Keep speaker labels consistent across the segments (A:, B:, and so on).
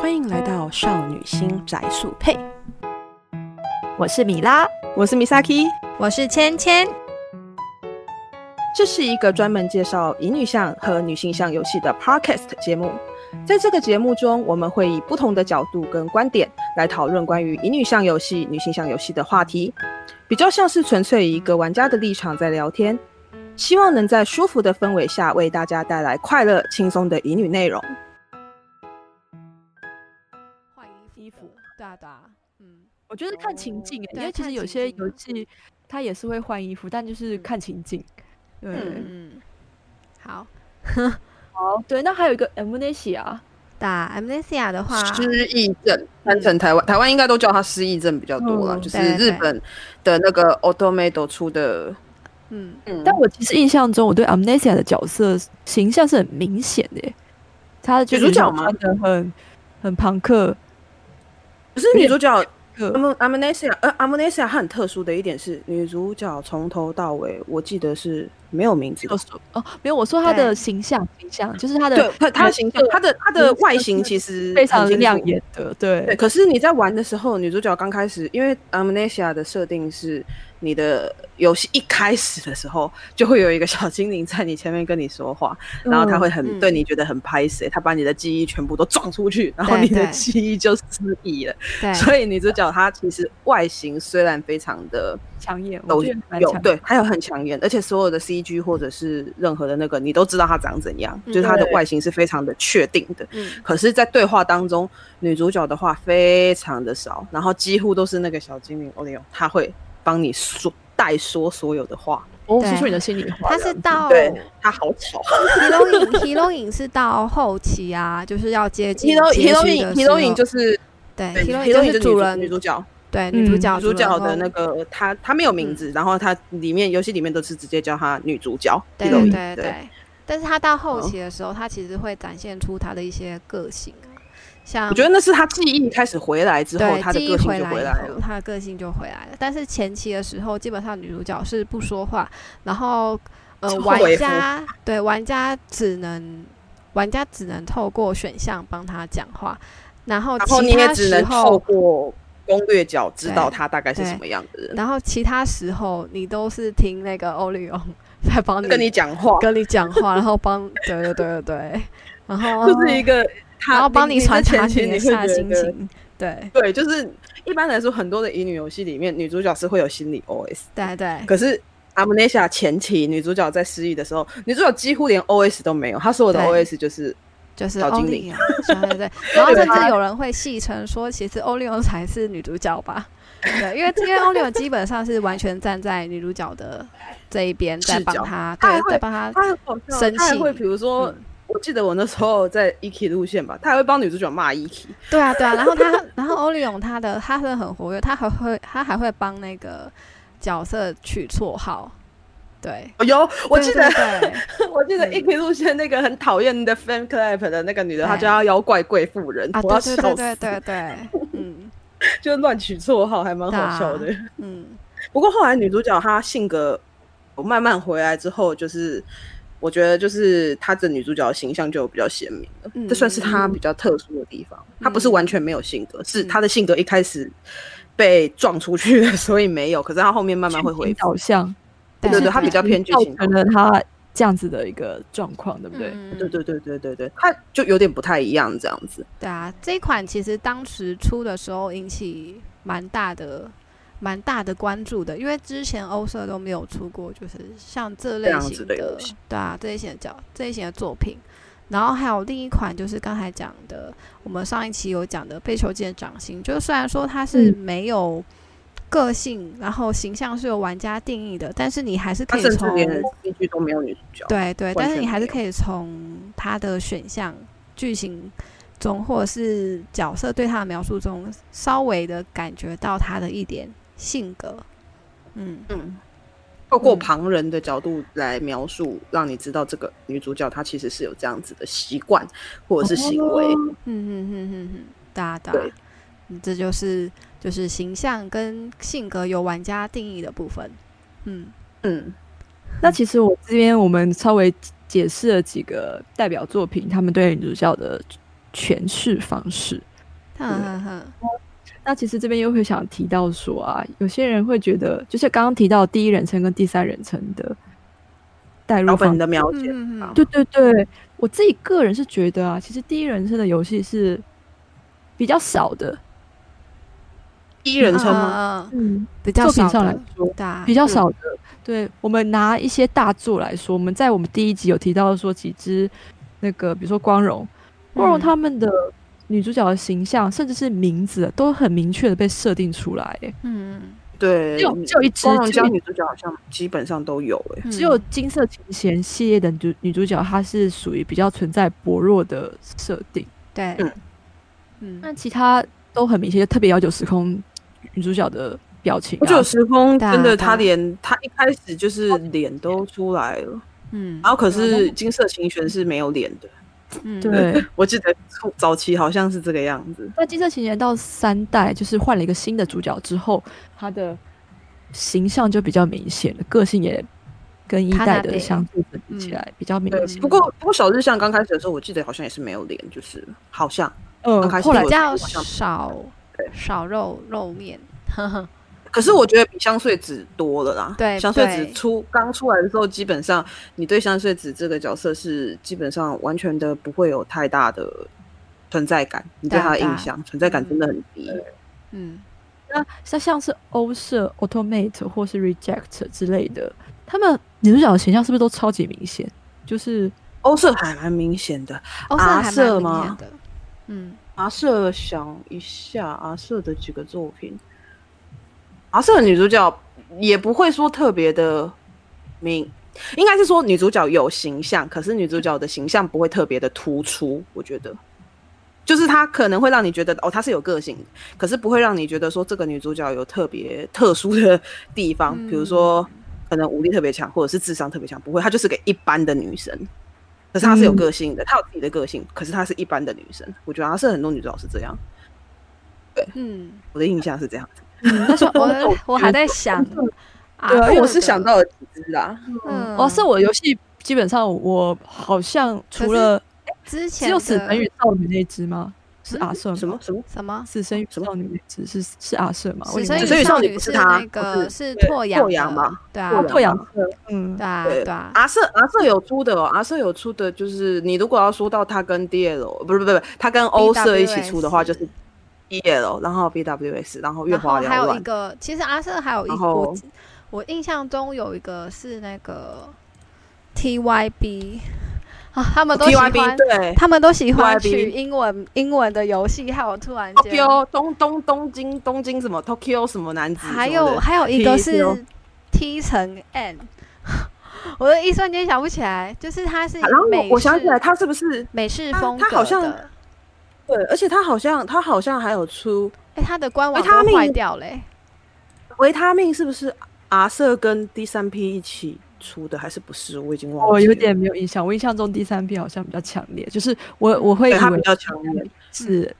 A: 欢迎来到少女心宅速配，
B: 我是米拉，
A: 我是 Misaki，
B: 我是芊芊。
A: 这是一个专门介绍乙女向和女性向游戏的 Podcast 节目。在这个节目中，我们会以不同的角度跟观点来讨论关于乙女向游戏、女性向游戏的话题，比较像是纯粹以一个玩家的立场在聊天，希望能在舒服的氛围下为大家带来快乐、轻松的乙女内容。
C: 换
D: 衣
C: 衣
D: 服
C: 服
D: 的
C: 的，对啊对啊，嗯，
D: 我觉得是看
E: 哦
D: 情境欸、因
C: 对
E: 啊
D: 为其
C: 看
D: 实有
C: 情
D: 些
C: 境
D: 游戏它也是会换衣服，但就是
C: 嗯
D: 看情境。对、
C: 嗯，好。
D: 好，哦对，那还有一个 M n a s i 啊，
C: 打 amnesia 的话，
E: 失忆症，翻成台湾，台湾应该都叫它失忆症比较多啦，
D: 嗯
E: 就是
C: 对对
E: 日本的那个 Automato 出的，
C: 嗯，
E: 嗯，
D: 但我其实印象中我对 Amnesia 的角色形象是很明显的耶，她就
E: 女主
D: 是
E: 角
D: 那
E: 吗
D: 种穿的很很朋克，
E: 可是女主角
D: 克
E: Am Amnesia，呃，Amnesia 她很特殊的一点是，女主角从头到尾我记得是没有名字的
D: 就，是哦，没有，我说她的
C: 对
D: 形象形象就是她
E: 对
D: 的，
E: 她她的形象，她的她的
D: 颜色
E: 外形
D: 嗯是
E: 其实
D: 非常
E: 很清楚
D: 亮眼的，对
E: 对，可是你在玩的时候，女主角刚开始，因为 Amnesia 的设定是你的游戏一开始的时候，就会有一个小精灵在你前面跟你说话，然后他会很、
C: 嗯
E: 对你觉得很拍谁，他把你的记忆全部都撞出去，然后
C: 对
E: 你的
C: 对
E: 记忆就失忆了。
C: 对，
E: 所以女主角她其实外形虽然非常的
D: 抢眼，我
E: 都
D: 觉得蛮
E: 有
D: 抢
E: 对
D: 眼，
E: 还有很抢眼，而且所有的 CG 或者是任何的那个，你都知道它长怎样，
C: 嗯
E: 就是它的外形是非常的确定的。
C: 嗯，
E: 可是，在对话当中，女主角的话非常的少，然后几乎都是那个小精灵 Oreo，他会帮你说代说所有的话。
D: 我
C: 对
D: 哦说出你 的心里话
C: 他
D: 了，
C: 是到
E: 对，他好吵。
C: heroin heroin 是到后期啊，就是要接近
E: Hero
C: 结局
E: Hero
C: 的
E: Hero
C: 时候
E: Hero 就是
C: 对
E: 对
C: heroin
E: Hero
C: 是
E: 是
C: 主
E: 主
C: 人
E: 女主角，
C: 对
D: 嗯
C: 女主角
E: 女主角的那
C: 人公哦嗯
E: 个她她没有名字，然后她里面游戏里面都是直接叫她女主角。
C: 对
E: Hero
C: 对
E: 对
C: 对，但是他到后
E: 嗯
C: 期的时候，他其实会展现出他的一些个性啊，像
E: 我觉得那是她记忆开始回来之后，
C: 对
E: 她的
C: 记忆
E: 个性
C: 回
E: 就
C: 来
E: 回
C: 以
E: 来
C: 后
E: 了。
C: 她的个性就回来了。但是前期的时候，基本上女主角是不说话，然后呃，
E: 是
C: 玩
E: 回复
C: 家对玩家只能玩家只能透过选项帮她讲话，然后
E: 然后
C: 哦其
E: 你也
C: 他
E: 只
C: 时
E: 能透
C: 候，
E: 过攻略角知道
C: 对
E: 她大概是
C: 对
E: 什么样的人，
C: 然后其他时候你都是听那个欧利翁 在帮你
E: 跟你讲话。
C: 跟你讲话，然后帮对对对对对，然后
E: 就是一个他，
C: 哦然后帮
E: 你
C: 传达你的
E: 的
C: 下心。情，对
E: 对，就是一般来说，很多的乙女游戏里面，女主角是会有心理 OS，
C: 对对。
E: 可是。阿姆内夏前期女主角在失忆的时候，女主角几乎连 OS 都没有，她所有的
C: 对
E: OS 就是
C: 就是
E: 小
C: 欧
E: 精
C: 丽
E: 灵
C: 啊，对对 对，然后甚至有人会戏称说，其实欧丽欧才是女主角吧？对，因为因为欧丽欧基本上是完全站在女主角的这一边，在
E: 视
C: 帮
E: 角
C: 她，
E: 她还
C: 对，
E: 会
C: 在帮她，
E: 她很好笑
C: 深
E: 她还
C: 信
E: 会比如说，
C: 嗯
E: 我记得我那时候在 EK 路线吧，她还会帮女主角骂 EK，
C: 对啊对啊，然 后她，然后欧丽欧她的她是很活跃，她还会她还会帮那个角色取绰号，对，
E: 哦有，我
C: 对
E: 记得
C: 对 对
E: 我记得
C: 嗯
E: EK 路线那个很讨厌的 Fan Clap 的那个女的，她
C: 对
E: 叫她妖怪贵妇人，
C: 啊，
E: 我要
C: 对对
E: 笑
C: 对
E: 死，
C: 对对对，嗯
E: 就是乱取绰号，还蛮
C: 对
E: 好
C: 啊
E: 笑的。
C: 嗯，
E: 不过后来女主角她性格有慢慢回来之后，就是我觉得就是她的女主角的形象就比较鲜明了，
C: 嗯嗯
E: 这算是她比较特殊的地方。她不是完全没有性格，是她的性格一开始被撞出去了， 所以没有。可是她后面慢慢会
D: 剧
E: 恢
D: 情导
E: 复。
D: 向，
E: 对对对，她比较偏剧
D: 造
E: 情导
D: 成了她这样子的一个状况，对不对？
C: 嗯
E: 对对对对对对，她就有点不太一样这样子。
C: 对啊，这一款其实当时出的时候引起蛮大的、蛮大的关注的，因为之前欧社都没有出过，就是像这类
E: 这样子
C: 型
E: 的游戏
C: 对啊，这类型的角、这类型的作品。然后还有另一款就是刚才讲的，我们上一期有讲的《被囚禁的掌心》，就是虽然说它是
D: 嗯
C: 没有个性，然后形象是由玩家定义的，但是你还是
E: 她
C: 可以
E: 甚至
C: 从
E: 连 CG 都没有女主角。
C: 对对，但是
E: 全
C: 你还是
E: 没有
C: 可以从它的选项、剧情中，或者是角色对他的描述中，稍微的感觉到他的一点性格。嗯，
E: 嗯，透过
C: 嗯
E: 旁人的角度来描述，让你知道这个女主角她其实是有这样子的习惯或者是行为。
C: 嗯哼哼哼哼，哒哒
E: 对，
C: 啊嗯这就是就是形象跟性格由玩家定义的部分。嗯，
E: 嗯，
D: 那其实我这边我们稍微解释了几个代表作品，他们对女主角的诠释方式。
C: 哼哼哼，
D: 那其实这边又会想提到说啊，有些人会觉得，就是刚刚提到第一人称跟第三人称的代入
E: 老
D: 方
E: 本的描写，
C: 嗯
E: 好
C: 哼
D: 对对对，我自己个人是觉得啊，其实第一人称的游戏是比较少的，
E: 第一人称吗？
C: 嗯嗯嗯
D: 嗯，
C: 比较
D: 作品
C: 少
D: 上
C: 的
D: 来说
C: 对啊
D: 比较少的。对我们拿一些大作来说，我们在我们第一集有提到说几只那个，比如说光荣，光荣
C: 嗯
D: 他们的女主角的形象，甚至是名字，都很明确的被设定出来。欸
C: 嗯，
E: 对
D: 只，有只有一只，
E: 光荣
D: 只
E: 家
D: 有一
E: 女主角好像基本上都有
C: 嗯
E: 哎、
D: 只有金色琴弦系列的女女主角，她是属于比较存在薄弱的设定。
C: 对
E: 嗯，
C: 嗯，
D: 那其他都很明显，就特别要求时空女主角的表情、啊。
E: 我九时空
C: 对啊
E: 真的，
C: 对啊
E: 她连她一开始就是脸都出来了，
C: 嗯
E: 然后可是金色琴弦是没有脸的，
C: 嗯，
D: 对，
E: 我记得初早期好像是这个样子。
D: 那金色情人到三代就是换了一个新的主角之后，她的形象就比较明显了，个性也跟一代的相对比起来比较明
E: 对，
D: 显。
E: 不过不过小日向刚开始的时候，我记得好像也是没有脸，就是了好像
D: 嗯
E: 刚开，始
D: 后来
C: 比较
E: 我好像
C: 少
E: 对
C: 少肉肉面，呵呵，
E: 可是我觉得比香穗子多了啦。
C: 对
E: 香穗
C: 对
E: 子出刚出来的时候，基本上你对香穗子这个角色是基本上完全的不会有太大的存在感，你对
C: 对啊
E: 他的
C: 对啊
E: 印象存在感真的很低。啊
C: 嗯
D: 那像像是欧社、Automate 或是 Reject 之类的，他们女主角的形象是不是都超级明显？就是
E: 欧社还蛮明显的，
C: 哦，色
E: 阿
C: 还
E: 瑟
C: 蛮明
E: 吗
C: 显的，嗯，
E: 啊阿瑟想一下阿瑟的几个作品，阿瑟的女主角也不会说特别的明，应该是说女主角有形象，可是女主角的形象不会特别的突出，我觉得。就是她可能会让你觉得哦，她是有个性的，可是不会让你觉得说这个女主角有特别特殊的地方，
C: 嗯
E: 比如说可能武力特别强，或者是智商特别强，不会，她就是个一般的女生。可是她是有
D: 嗯
E: 个性的，她有自己的个性，可是她是一般的女生。我觉得阿瑟很多女主角是这样，
C: 嗯，
E: 我的印象是这样。
D: 那像欧社
C: 我我还在想，啊
E: 对啊，因为我是
C: 的
E: 想到了几只啦，
C: 嗯
D: 哦，是我的游戏基本上我好像除了
C: 之前
D: 只有死
C: 的嗯
D: 神与少女那一只吗？是阿瑟吗？
E: 什么什么
C: 什么？
D: 死神与
E: 什么
D: 少女那只是是阿瑟吗？我
C: 死神
D: 有点
E: 死
C: 与
E: 神与
C: 少
E: 少女
C: 女
E: 不是
C: 是
E: 他
C: 那
E: 不
C: 个
E: 是
C: 是
E: 对
C: 拓阳
E: 拓阳
C: 的
E: 吧
C: 对啊，
E: 拓
D: 拓阳社，
C: 对
D: 嗯，
C: 啊
E: 对
C: 对啊，
E: 阿瑟阿瑟有出的哦，阿瑟有出的就是你如果要说到他跟 DL 不是不是不是他跟欧瑟一起出的话，就是 DL，然后 BWS，然后月
C: 然后
E: 华缭
C: 还有一
E: 乱，
C: 个，其实阿瑟还有一
E: 然
C: 个，我
E: 后
C: 记我印象中有一个是那个 TYB 啊，他们都喜
E: TYB
C: 欢，
E: 对。
C: 他们都喜欢
E: TYB
C: 取英文英文的游戏，害我突然间。
E: Tokyo 东东东京东京什么 Tokyo 什么男子什么的，
C: 还有还有一个
E: T
C: 是
E: 0
C: T 乘 N，我的一瞬间想不起来，就是它是
E: 然后
C: 美
E: 我想
C: 式
E: 起来他是不是
C: 美式
E: 他
C: 风格
E: 他好像
C: 的
E: 对，而且他好像他好像还有出
C: 哎，它的官网
E: 维他
C: 都
E: 命
C: 坏掉嘞、
E: 维他命是不是阿瑟跟第三批一起出的，还是不是？我已经忘记了。
D: 我哦有点没有印象，我印象中第三篇好像比较强烈，就是我我会以
E: 对他比
D: 为
E: 较强烈，
D: 是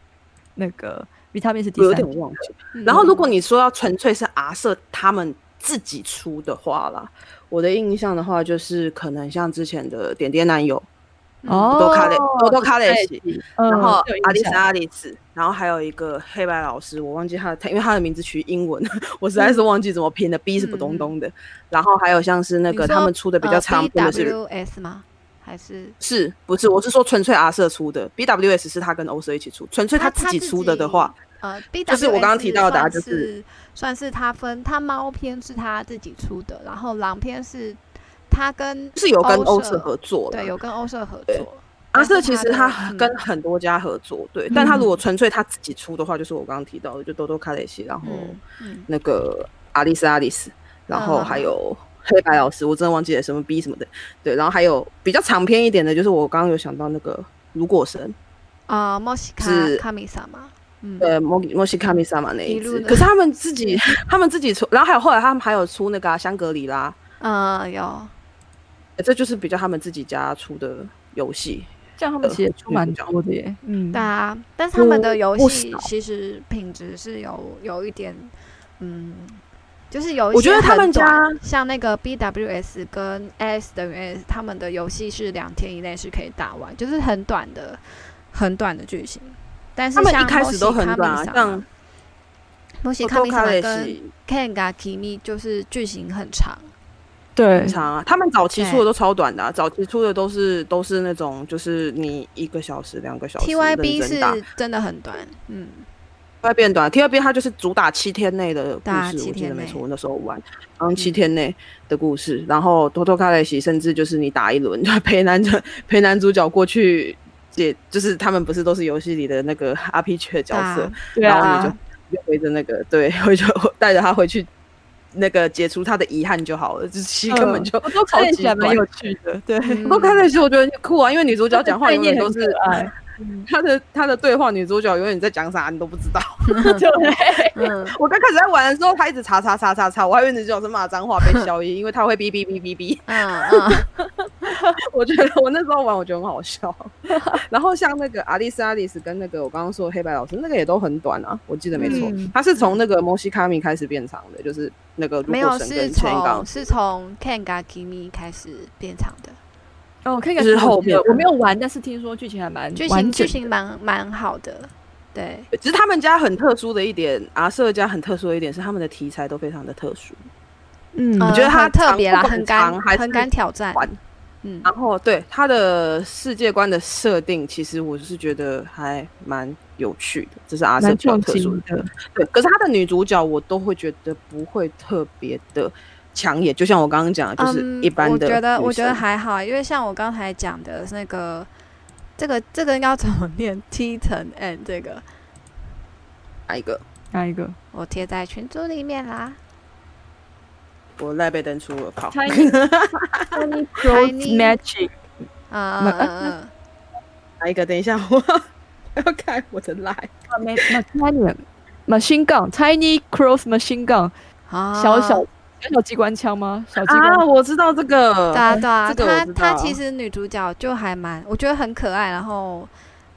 D: 那个维他命是第
E: 我有
D: 三
E: 点
D: 篇，
E: 忘记。
C: 嗯
E: 然后如果你说要纯粹是阿瑟他们自己出的话啦，我的印象的话就是可能像之前的点点男友、
C: 嗯
D: 哦
E: 多卡雷、多多卡雷奇，
D: 嗯
E: 然后
D: 是有印
E: 阿丽莎
D: 象
E: 阿丽斯，然后还有一个黑白老师，我忘记他的，他因为他的名字取英文， 我实在
C: 嗯
E: 是忘记怎么拼的，B 是不东东的。然后还有像是那
C: 你
E: 个
C: 说呃
E: 他们出的比较长篇的是。
C: WS 吗？还是
E: 是不是？我是说纯粹阿瑟出的，BWS 是他跟欧瑟一起出，纯粹
C: 他
E: 自己出的的话，？
C: 他自己
E: 就
C: 呃，
E: 是我刚刚提到的啊
C: BWS
E: 就是
C: 算是他分，他猫篇是他自己出的，然后狼篇是他跟
E: 就是有跟
C: 欧
E: 欧
C: 社
E: 瑟合作
C: 对
E: 了。
C: 有跟欧社合
E: 对
C: 作。
E: 阿瑟
C: 但是
E: 其实
C: 他的
E: 他
C: 嗯
E: 跟很多家合作，对，但他如果纯粹他自己出的话，就是我刚刚提到的，就多多卡雷西，然后
C: 嗯嗯
E: 那个阿丽丝阿丽丝，然后
C: 嗯
E: 还有黑白老师，我真的忘记了什么 B 什么的，对，然后还有比较长篇一点的，就是我刚刚有想到那个如果神，
C: 啊，莫西卡
E: 是
C: 卡米萨嘛，嗯，
E: 呃，莫莫西卡米萨玛那
C: 一
E: 一
C: 路
E: 只，
C: 的
E: 可是他们自己他们自己出，然后还有后来他们还有出那个啊香格里拉，
C: 嗯有
E: 这就是比较他们自己家出的游戏。
D: 呃这样他们其实也出蛮
E: 女主角
D: 多的耶，嗯，
C: 对啊，但是他们的
E: 不
C: 游
E: 不
C: 戏
E: 少
C: 其实品质是有有一点，嗯，就是有一
E: 我觉
C: 些
E: 得他
C: 很
E: 们家
C: 短像那个 BWS 跟 S 等于 S，他们的游戏是两天以内是可以打完，就是很短的很短的剧情。但是
E: 他们
C: 像
E: 一开始都很
C: Moshikami
E: 短啊，
C: 上
E: 像
C: 莫西卡
E: 多
C: 米萨
E: 卡也
C: 跟
E: 是
C: Kenga Kimi 就是剧情很长，
D: 对
E: 很，长啊。他们早期
C: 对
E: 出的都超短的、啊，早期出的都是都是那种就是你一个小时、两个小时
C: TYB
E: 认真打
C: 是真的很短，嗯，
E: 会变短。T 二 B 它就是主打七天内的故
C: 打
E: 事，
C: 七
E: 我记
C: 天
E: 得没
C: 内
E: 错，我那时候玩，嗯，七天内的故事。然后多多卡雷西甚至就是你打一轮， 就陪男主陪男主角过去解，就是他们不是都是游戏里的那个 RPG 的角色，
D: 对
E: 然后
D: 啊
E: 你，就就围着那个对， 回就带着他回去。那个解除他的遗憾就好了，就是其实根本就
D: 我都
E: 超
D: 看
E: 级
D: 嗯起来蛮
E: 短
D: 有趣的，对，
C: 嗯
E: 多卡雷西我觉得很酷啊，因为女主角讲话
D: 概
E: 永
D: 念
E: 远都
D: 很
E: 是
D: 可爱，
C: 嗯
E: 她的她的对话，女主角永远在讲啥你都不知 道。
D: 对，
C: 嗯，
E: 我刚开始在玩的时候，他一直查查查查查，我还以为女主角是骂脏话被消音，因为他会哔哔哔哔 哔。
C: 嗯 嗯，
E: 我觉得我那时候玩，我觉得很好 笑。然后像那个阿丽丝、阿丽丝跟那个我刚刚说的黑白老师，那个也都很短啊，我记得没错
D: 嗯，
E: 他、是从那个摩西卡米开始变长的，就是那个如
C: 没有
E: 果神
C: 是
E: 跟千刚
C: 从是从 Kenga Kimi 开始变长的，
D: 哦，看看
E: 之后
D: 我没有
E: 面
D: 我没有玩，但是听说剧情还
E: 嗯
D: 蛮
C: 剧
D: 完
C: 情
D: 整
C: 剧，情蛮蛮好的，对，
E: 只是他们家很特殊的一点，阿瑟家很特殊的一点是他们的题材都非常的特殊。
D: 嗯，
C: 呃
E: 觉得它
C: 很特
E: 长
C: 别
E: 不
C: 啦，
E: 管
C: 很敢
E: 长还是
C: 很敢挑战
E: 短，啊
C: 嗯，
E: 然后对他的世界观的设定，其实我是觉得还蛮有趣的，这是阿瑟
D: 蛮
E: 比较
D: 创
E: 特殊的
D: 新。的，
E: 对，可是她的女主角我都会觉得不会特别的抢眼，就像我刚刚讲的，就是
C: 嗯
E: 一般的、
C: 我觉得我觉得，还好，因为像我刚才讲的那个，这个这个应该要怎么念 T 层 N 这个，
E: 哪一个？
D: 哪一个？
C: 我贴在群组里面啦。
E: 我赖被登出了，好，
D: Tiny
C: Tiny-
D: Magic，
C: 嗯
D: 那
C: 嗯嗯
E: 哪一个？等一下，我 我要看我的赖。
D: 啊没没 Tiny Machine Gun，Tiny Cross Machine Gun，
C: 嗯，啊
D: 小小小小机关枪吗？小机关
E: 啊，我知道这个，
C: 对啊对啊，
E: 哦这个我
C: 她
E: 知
C: 她
E: 道
C: 其实女主角就还蛮，我觉得很可爱，然后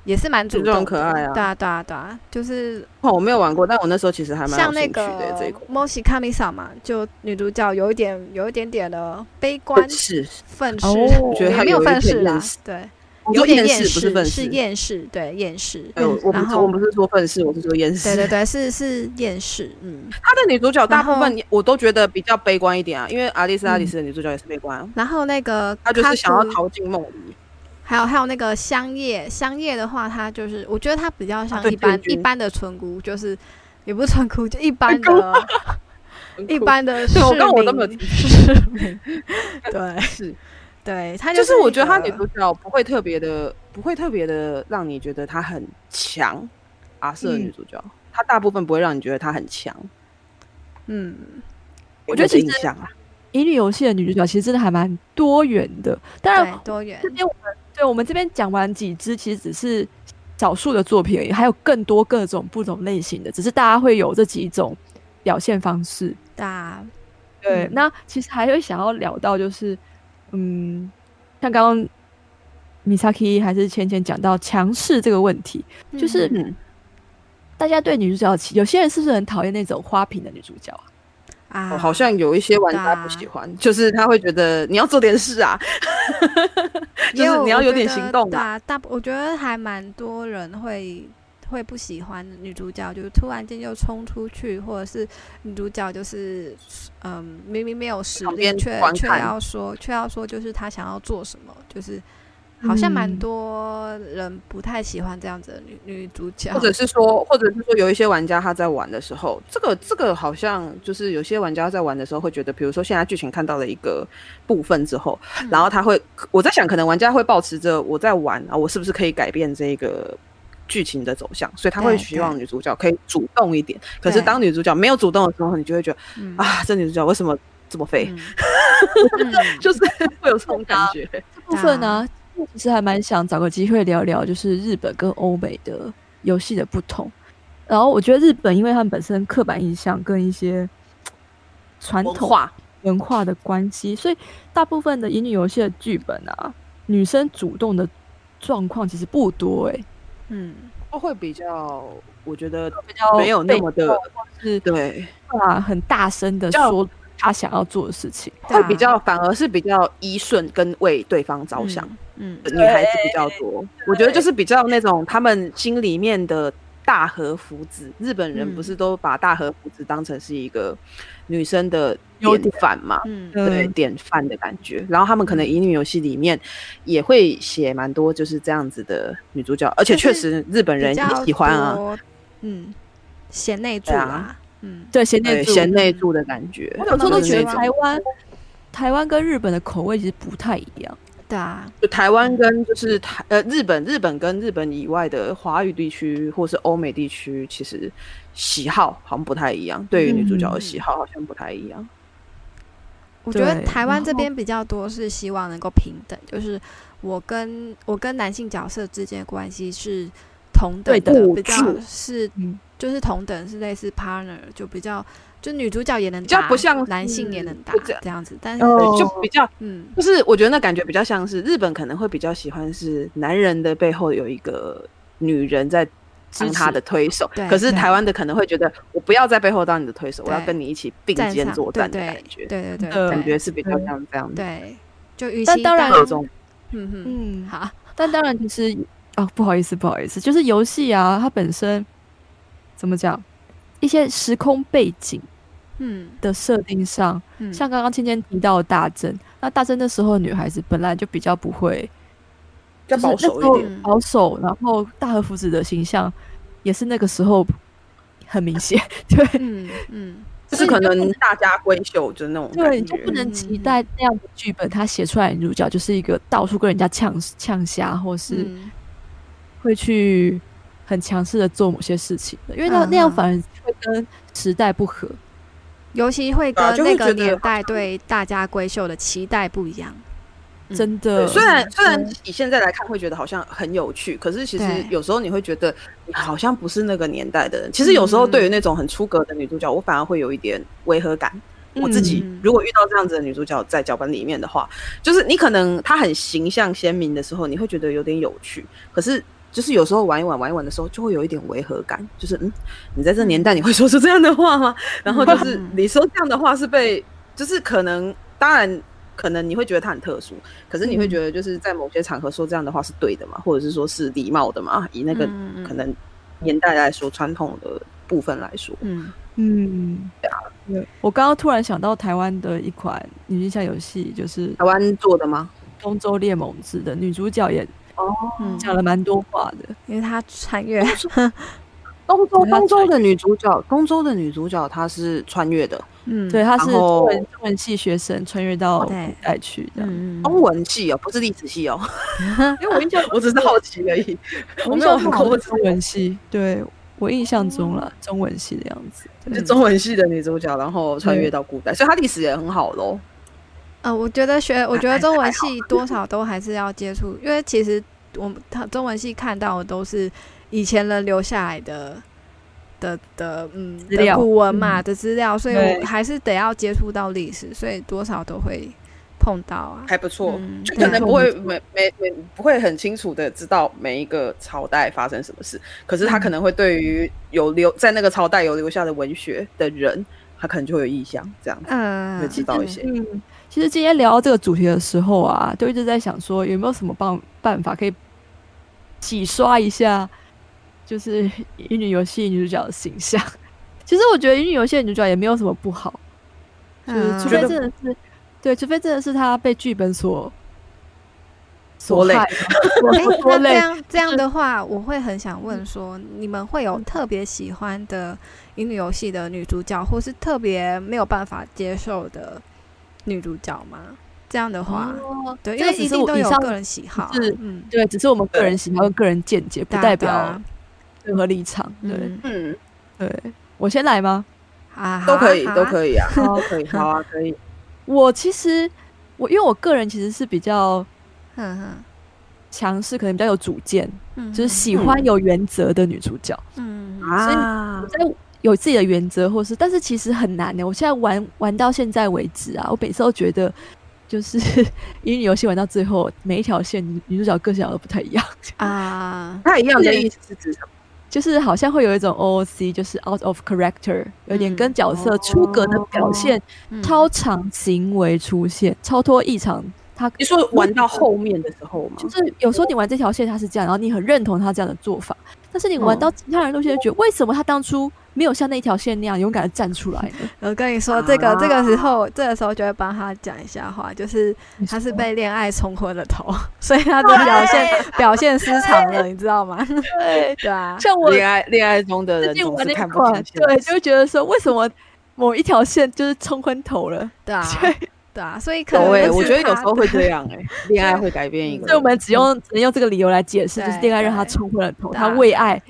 C: 也是蛮主
E: 就
C: 动，
E: 很可爱啊
C: 对啊对啊对啊，就是
E: 哦我没有玩过，但我那时候其实还蛮有
C: 像那
E: 兴趣
C: 个
E: 的这一款。
C: 莫西卡米萨嘛，就女主角有一点有一点点的悲观
E: 是，
C: 愤世，
D: 哦我
E: 觉得她
C: 也没
E: 有一
C: 愤
E: 点
C: 世啦
E: 厌世，
C: 对。
E: 我说
C: 有点
E: 厌
C: 厌
E: 世不是愤
C: 是
E: 世，
C: 厌世，对厌世，
E: 呃我不
C: 然
E: 是
C: 后
E: 我不是说愤世，我是说厌世。
C: 对对对，是是厌世，嗯。
E: 她的女主角大部
C: 然
E: 分我都觉得比较悲观一点啊，因为阿丽丝、阿丽丝的女主角也是悲观啊，
C: 然后那个
E: 她就是想要
C: 卡图，
E: 逃进梦里。
C: 还有还有那个香叶，香叶的话，它就是我觉得它比较像
E: 啊对
C: 一般
E: 建军
C: 一般的村姑，就是也不是村姑，就一 般
E: 哎
C: 的一般的市
E: 对
C: 民。
E: 我刚我都没有听
C: 市 民，对
E: 是，
C: 对，它
E: 就是是我觉得
C: 他
E: 她女主角不会特别的，不会特别的让你觉得她很强。阿瑟的女主角，她大部分不会让你觉得她很强。
C: 嗯，
D: 我觉得
E: 有这
D: 其
E: 印
D: 实
E: 象啊，
D: 乙女游戏的女主角其实真的还蛮多元的。当
C: 对
D: 然，
C: 多元
D: 这，边我们对我们这边讲完几支，其实只是少数的作品而已，还有更多各种不同类型的，只是大家会有这几种表现方式。
C: 大
D: 对，
C: 嗯
D: 那其实还会想要聊到就是，嗯，像刚刚 Misaki 还是芊芊讲到强势这个问题，就是
C: 嗯
E: 嗯，
D: 大家对女主角其，有些人是不是很讨厌那种花瓶的女主角啊？
C: 啊，
E: 哦好像有一些玩家不喜欢，就是他会觉得你要做点事啊，就
C: 也
E: 是你要
C: 我
E: 有
C: 觉
E: 点
C: 得
E: 行动
C: 对
E: 啊。
C: 啊，大部我觉得还蛮多人会会不喜欢女主角，就是突然间就冲出去，或者是女主角就是嗯，明明没有实
E: 旁
C: 力，
E: 边
C: 却
E: 观
C: 却
E: 看
C: 要说却要说就是她想要做什么，就是好像蛮
D: 嗯
C: 多人不太喜欢这样子的女女主角，
E: 或者是说，或者是说，有一些玩家他在玩的时候，这个这个好像就是有些玩家在玩的时候会觉得，比如说现在剧情看到了一个部分之后，
C: 嗯
E: 然后他会，我在想，可能玩家会保持着我在玩啊，我是不是可以改变这个剧情的走向，所以他会
C: 对
E: 希
C: 对
E: 望女主角可以主动一点。可是
C: 对
E: 当女主角没有主动的时候，你就会觉得
C: 嗯
E: 啊，这女主角为什么这么废？
C: 嗯嗯
E: 就是会有这种感觉。
D: 这部分呢、其实还蛮想找个机会聊聊，就是日本跟欧美的游戏的不同。然后我觉得日本，因为他们本身刻板印象跟一些传
E: 文
D: 统
E: 化
D: 文化的关系，所以大部分的乙女游戏的剧本啊，女生主动的状况其实不多、欸，
C: 嗯，
E: 会比较，我觉得
D: 比较
E: 没有那么的
D: 被动或是
E: 对
D: 啊很大声的
E: 叫
D: 说他想要做的事情。
E: 会比较反而是比较依顺跟为对方着想，
C: 嗯，
E: 女孩子比较多。我觉得就是比较那种他们心里面的大和福子，日本
D: 嗯
E: 人不是都把大和福子当成是一个女生的
D: 优
E: 典范嘛？
C: 嗯嗯，
E: 对，典范的感觉。然后他们可能乙女游戏里面也会写蛮多就是这样子的女主角，而且确实日本人
C: 比较
E: 也喜欢啊，
C: 多，嗯，贤内助
E: 对啊
C: 啦，嗯，
D: 对，贤内
E: 对，
D: 助，
E: 贤内助的感觉。
D: 我有时候都觉得
E: 就是那种
D: 台湾，台湾跟日本的口味其实不太一样。
C: 对啊，
E: 就台湾跟就是台呃日本，日本跟日本以外的华语地区或是欧美地区，其实喜好好像不太一样，对于女主
C: 嗯
E: 角的喜好好像不太一样。
C: 我觉得
D: 对
C: 台湾
D: 然
C: 这边比较多是希望能够平等，就是我跟我跟男性角色之间的关系是同等
D: 对
C: 的，
D: 的
C: 比较是、
D: 嗯
C: 就是同等是类似 partner，就比较就女主角也能
E: 比较
C: 打，
E: 不像
C: 男
E: 是
C: 性也能打
E: 不这样
C: 这样子，但是、
E: 对，就比较
C: 嗯
E: 就是我觉得那感觉比较像是日本可能会比较喜欢是男人的背后有一个女人在当他的推手
C: 对，
E: 可是
D: 对
E: 台湾的可能会觉得我不要在背后当你的推手，
C: 对
E: 我要跟你一起并
C: 站
E: 肩
C: 上
E: 作
C: 对
E: 战的
C: 对
E: 感觉，
C: 对对对
D: 呃
E: 感
C: 对
E: 觉是比较像这样的。
C: 对，就与
D: 但
C: 其
D: 当然
E: 有一种
C: 嗯哼
D: 嗯，
C: 好
D: 但当然其实啊，不好意思，不好意思，就是游戏啊，它本身怎么讲，一些时空背景
C: 嗯
D: 的设定上，
C: 嗯
D: 像刚刚芊芊提到的大正，那大正那时候的女孩子本来就比较不会
E: 比较保
D: 就是
E: 守
D: 那
E: 一
D: 时候
E: 点，
C: 嗯
D: 保守，然后大和福子的形象也是那个时候很明 显，对
C: 嗯嗯
E: 就是可能大家闺秀就是那种感
D: 对，你就
E: 觉
D: 不能
C: 嗯
D: 期待那样的剧本，他写出来的女主角就是一个到处跟人家呛呛虾，或是
C: 嗯
D: 会去很强势的做某些事情的，因为那
C: 嗯
D: 那样反而会跟时代不合。
C: 尤其会
E: 对啊
C: 跟
E: 就
C: 那
E: 会
C: 个
E: 觉得
C: 年
E: 好
C: 代
E: 像
C: 对大家闺秀的期待不一样。嗯
D: 真的
E: 对，，虽然虽然
C: 嗯
E: 以现在来看会觉得好像很有趣，可是其实
C: 对
E: 有时候你会觉得你好像不是那个年代的人。其实有时候
C: 嗯
E: 对于那种很出格的女主角，我反而会有一点违和感。我自己
C: 嗯
E: 如果遇到这样子的女主角在脚本里面的话，就是你可能她很形象鲜明的时候，你会觉得有点有趣，可是。就是有时候玩一玩玩一玩的时候，就会有一点违和感。就是嗯，你在这年代你会说出这样的话吗？然后就是
C: 嗯
E: 你说这样的话是被，就是可能当然可能你会觉得它很特殊，可是你会觉得，就是在某些场合说这样的话是对的嘛，或者是说是礼貌的嘛？以那个
C: 嗯嗯嗯
E: 可能年代来说，传统的部分来说，
C: 嗯
D: 嗯，
E: 啊
D: 对我刚刚突然想到台湾的一款女性向游戏，就是
E: 台湾做的吗？
D: 《东周猎猛志》的女主角也
C: 嗯，
D: 讲了蛮多话的。
E: 嗯
C: 因为他穿越，
E: 东周
D: 对它
E: 东周的女主角，东周的女主角她是穿越的，
C: 嗯，
D: 对，，她是
E: 然后哦
D: 中文中文系学生穿越到古
C: 对
D: 代去的。
C: 嗯
E: 中文系哦，不是历史系 哦，
D: 因为我印象
E: 我只是好奇而已，我
D: 印
E: 没有
D: 象
E: 很
D: 中
E: 抠
D: 好像
E: 门
D: 是，中文系，对我印象中
E: 哦
D: 了，中文系的样子。
E: 就中文系的女主角，然后穿越到古代，所以她历史也很好喽。
C: 呃，我觉得学，我觉得
E: 还
C: 中文
E: 还
C: 系多少都还是要接触，因为其实我们他中文系看到的都是以前人留下来的的的嗯
D: 资
C: 的
D: 料
C: 古文嘛的资料，所以
D: 对
C: 我还是得要接触到历史，所以多少都会碰到啊。
E: 还不错，
C: 嗯
E: 就
C: 对
E: 可
C: 啊
E: 能不会每每每不会很清楚的知道每一个朝代发生什么事，可是他可能会对于有留在那个朝代有留下的文学的人，他可能就会有意向，这样子
C: 嗯，
E: 会知道一些。
D: 嗯，其实今天聊到这个主题的时候啊，就一直在想说有没有什么办办法可以洗刷一下，就是乙女游戏女主角的形象。 其实我觉得乙女游戏的女主角也没有什么不好，就
C: 嗯，
D: 是除
E: 觉
D: 非
E: 得
D: 真的是，对，除非真的是她被剧本所
E: 拖
D: 所
E: 累
D: 害， 所
C: 哎，
D: 拖
C: 那这
D: 累。
C: 样这样的话，我会很想
D: 嗯
C: 问说，你们会有特别喜欢的乙女游戏的女主角，或是特别没有办法接受的女主角吗？这样的话，
D: 哦
C: 对，因
D: 这
C: 为
D: 只
C: 一
D: 是
C: 定
D: 我
C: 都
D: 以
C: 有
D: 上
C: 个人喜好啊，
D: 是
C: 嗯，
D: 对，只是我们个人喜好跟个人见解，不
C: 对啊
D: 代
C: 对
D: 表
C: 啊
D: 任何立场。对，
C: 嗯
E: 嗯，
D: 对我先来吗？
C: 啊，
E: 都可以，都
C: 以，
E: 可以啊， 都可以，好啊，可 以。
D: 我其实我因为我个人其实是比较
C: 嗯哼
D: 强势，可能比较有主见，
C: 嗯，
D: 就是喜欢有原则的女主角。
C: 嗯，嗯
E: 啊
D: 我，在有自己的原则，或是但是其实很难欸的、我现在玩玩到现在为止啊，我每次都觉得。就是 因为游戏玩到最后，每一条线女女主角个性好像都不太一样。
C: 啊，
E: 不太一样的意思是指什么？
D: 就是好像会有一种 OOC，就是 out of character，有点跟角色出格的表现，
C: 哦嗯
D: 超常行为出现，超脱异常。他
E: 你说玩到后面的时候吗？
D: 就是有时候你玩这条线他是这样，然后你很认同他这样的做法，但是你玩到其他人路线就觉得，为什么他当初没有像那一条线那样勇敢的站出来呢？
C: 我跟你说，这个这个
E: 啊
C: 时候，这个时候就会帮他讲一下话，就是他是被恋爱冲昏了头， 所以他的表现表现 失常了，你知道吗？
D: 对，
C: 对啊，
D: 像我
E: 恋爱恋爱中的
D: 最
E: 人
D: 近
E: 总
D: 玩
E: 是
D: 那
E: 看不
D: 款
E: 清，现
D: 对，就
E: 实
D: 会觉得说为什么某一条线就是冲昏头了？
C: 对啊， 对啊，所以可能
E: 有
C: 不
E: 哎、
C: 是
E: 我觉得有
C: 他
E: 时候会这样 哎、恋爱会改变一个
D: 所以我
E: 人。
D: 们只用只能用这个理由来解释，
C: 对
D: 就是恋爱让他
C: 对
D: 冲昏了头，
C: 对
D: 他
C: 啊
D: 为爱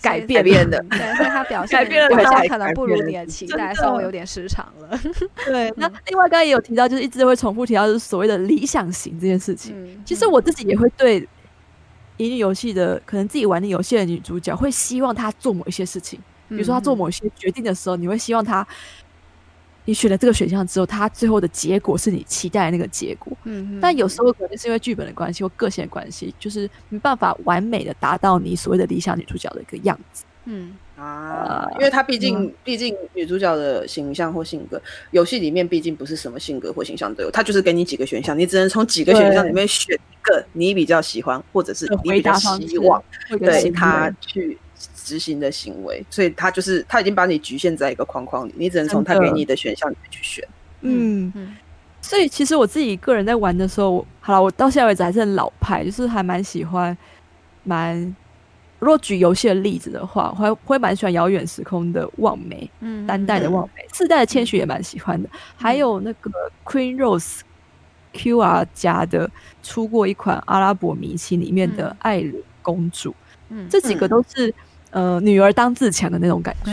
D: 改
C: 所以
D: 变
E: 改变的
C: 嗯 对，所以他 表现
D: 改变了
C: 表
E: 他
C: 现可能不如你的期
D: 改变
C: 待，
D: 了
C: 稍微有点失常了。
D: 对。那另外刚才也有提到，就是一直会重复提到，就是所谓的理想型这件事情。
C: 嗯，
D: 其实我自己也会对乙女游戏的，可能自己玩的游戏的女主角，会希望她做某一些事情，比
C: 嗯
D: 如说她做某些决定的时候，你会希望她，你选了这个选项之后，她最后的结果是你期待的那个结果。
C: 嗯，嗯
D: 但有时候可能是因为剧本的关系或个性的关系，就是没办法完美的达到你所谓的理想女主角的一个样子。
C: 嗯
E: 啊，因为她毕
D: 嗯
E: 竟，毕竟女主角的形象或性格，游戏里面毕竟不是什么性格或形象都有，她就是给你几个选项，你只能从几个选项里面选一个你比较喜欢，或者是
D: 的
E: 你
D: 回
E: 比较
D: 答方
E: 希
D: 式
E: 望
D: 会跟
E: 对
D: 行为
E: 她去执行的行为，所以她就是她已经把你局限在一个框框里，你只能从她
D: 真
E: 给
D: 的
E: 你的选项里面去选。
D: 嗯
C: 嗯
D: 所以其实我自己个人在玩的时候，我好了，我到现在为止还是很老派，就是还蛮喜欢，蛮。如果举游戏的例子的话，我还会蛮喜欢《遥远时空》的望梅，
C: 嗯
D: 单代的望梅，四代的千寻也蛮喜欢的，
E: 嗯
D: 还有那个 Queen Rose QR 家的出过一款阿拉伯迷星里面的
C: 嗯
D: 艾琳公主，
C: 嗯
D: 这几
E: 嗯
D: 个都是呃女儿当自强的那种感觉。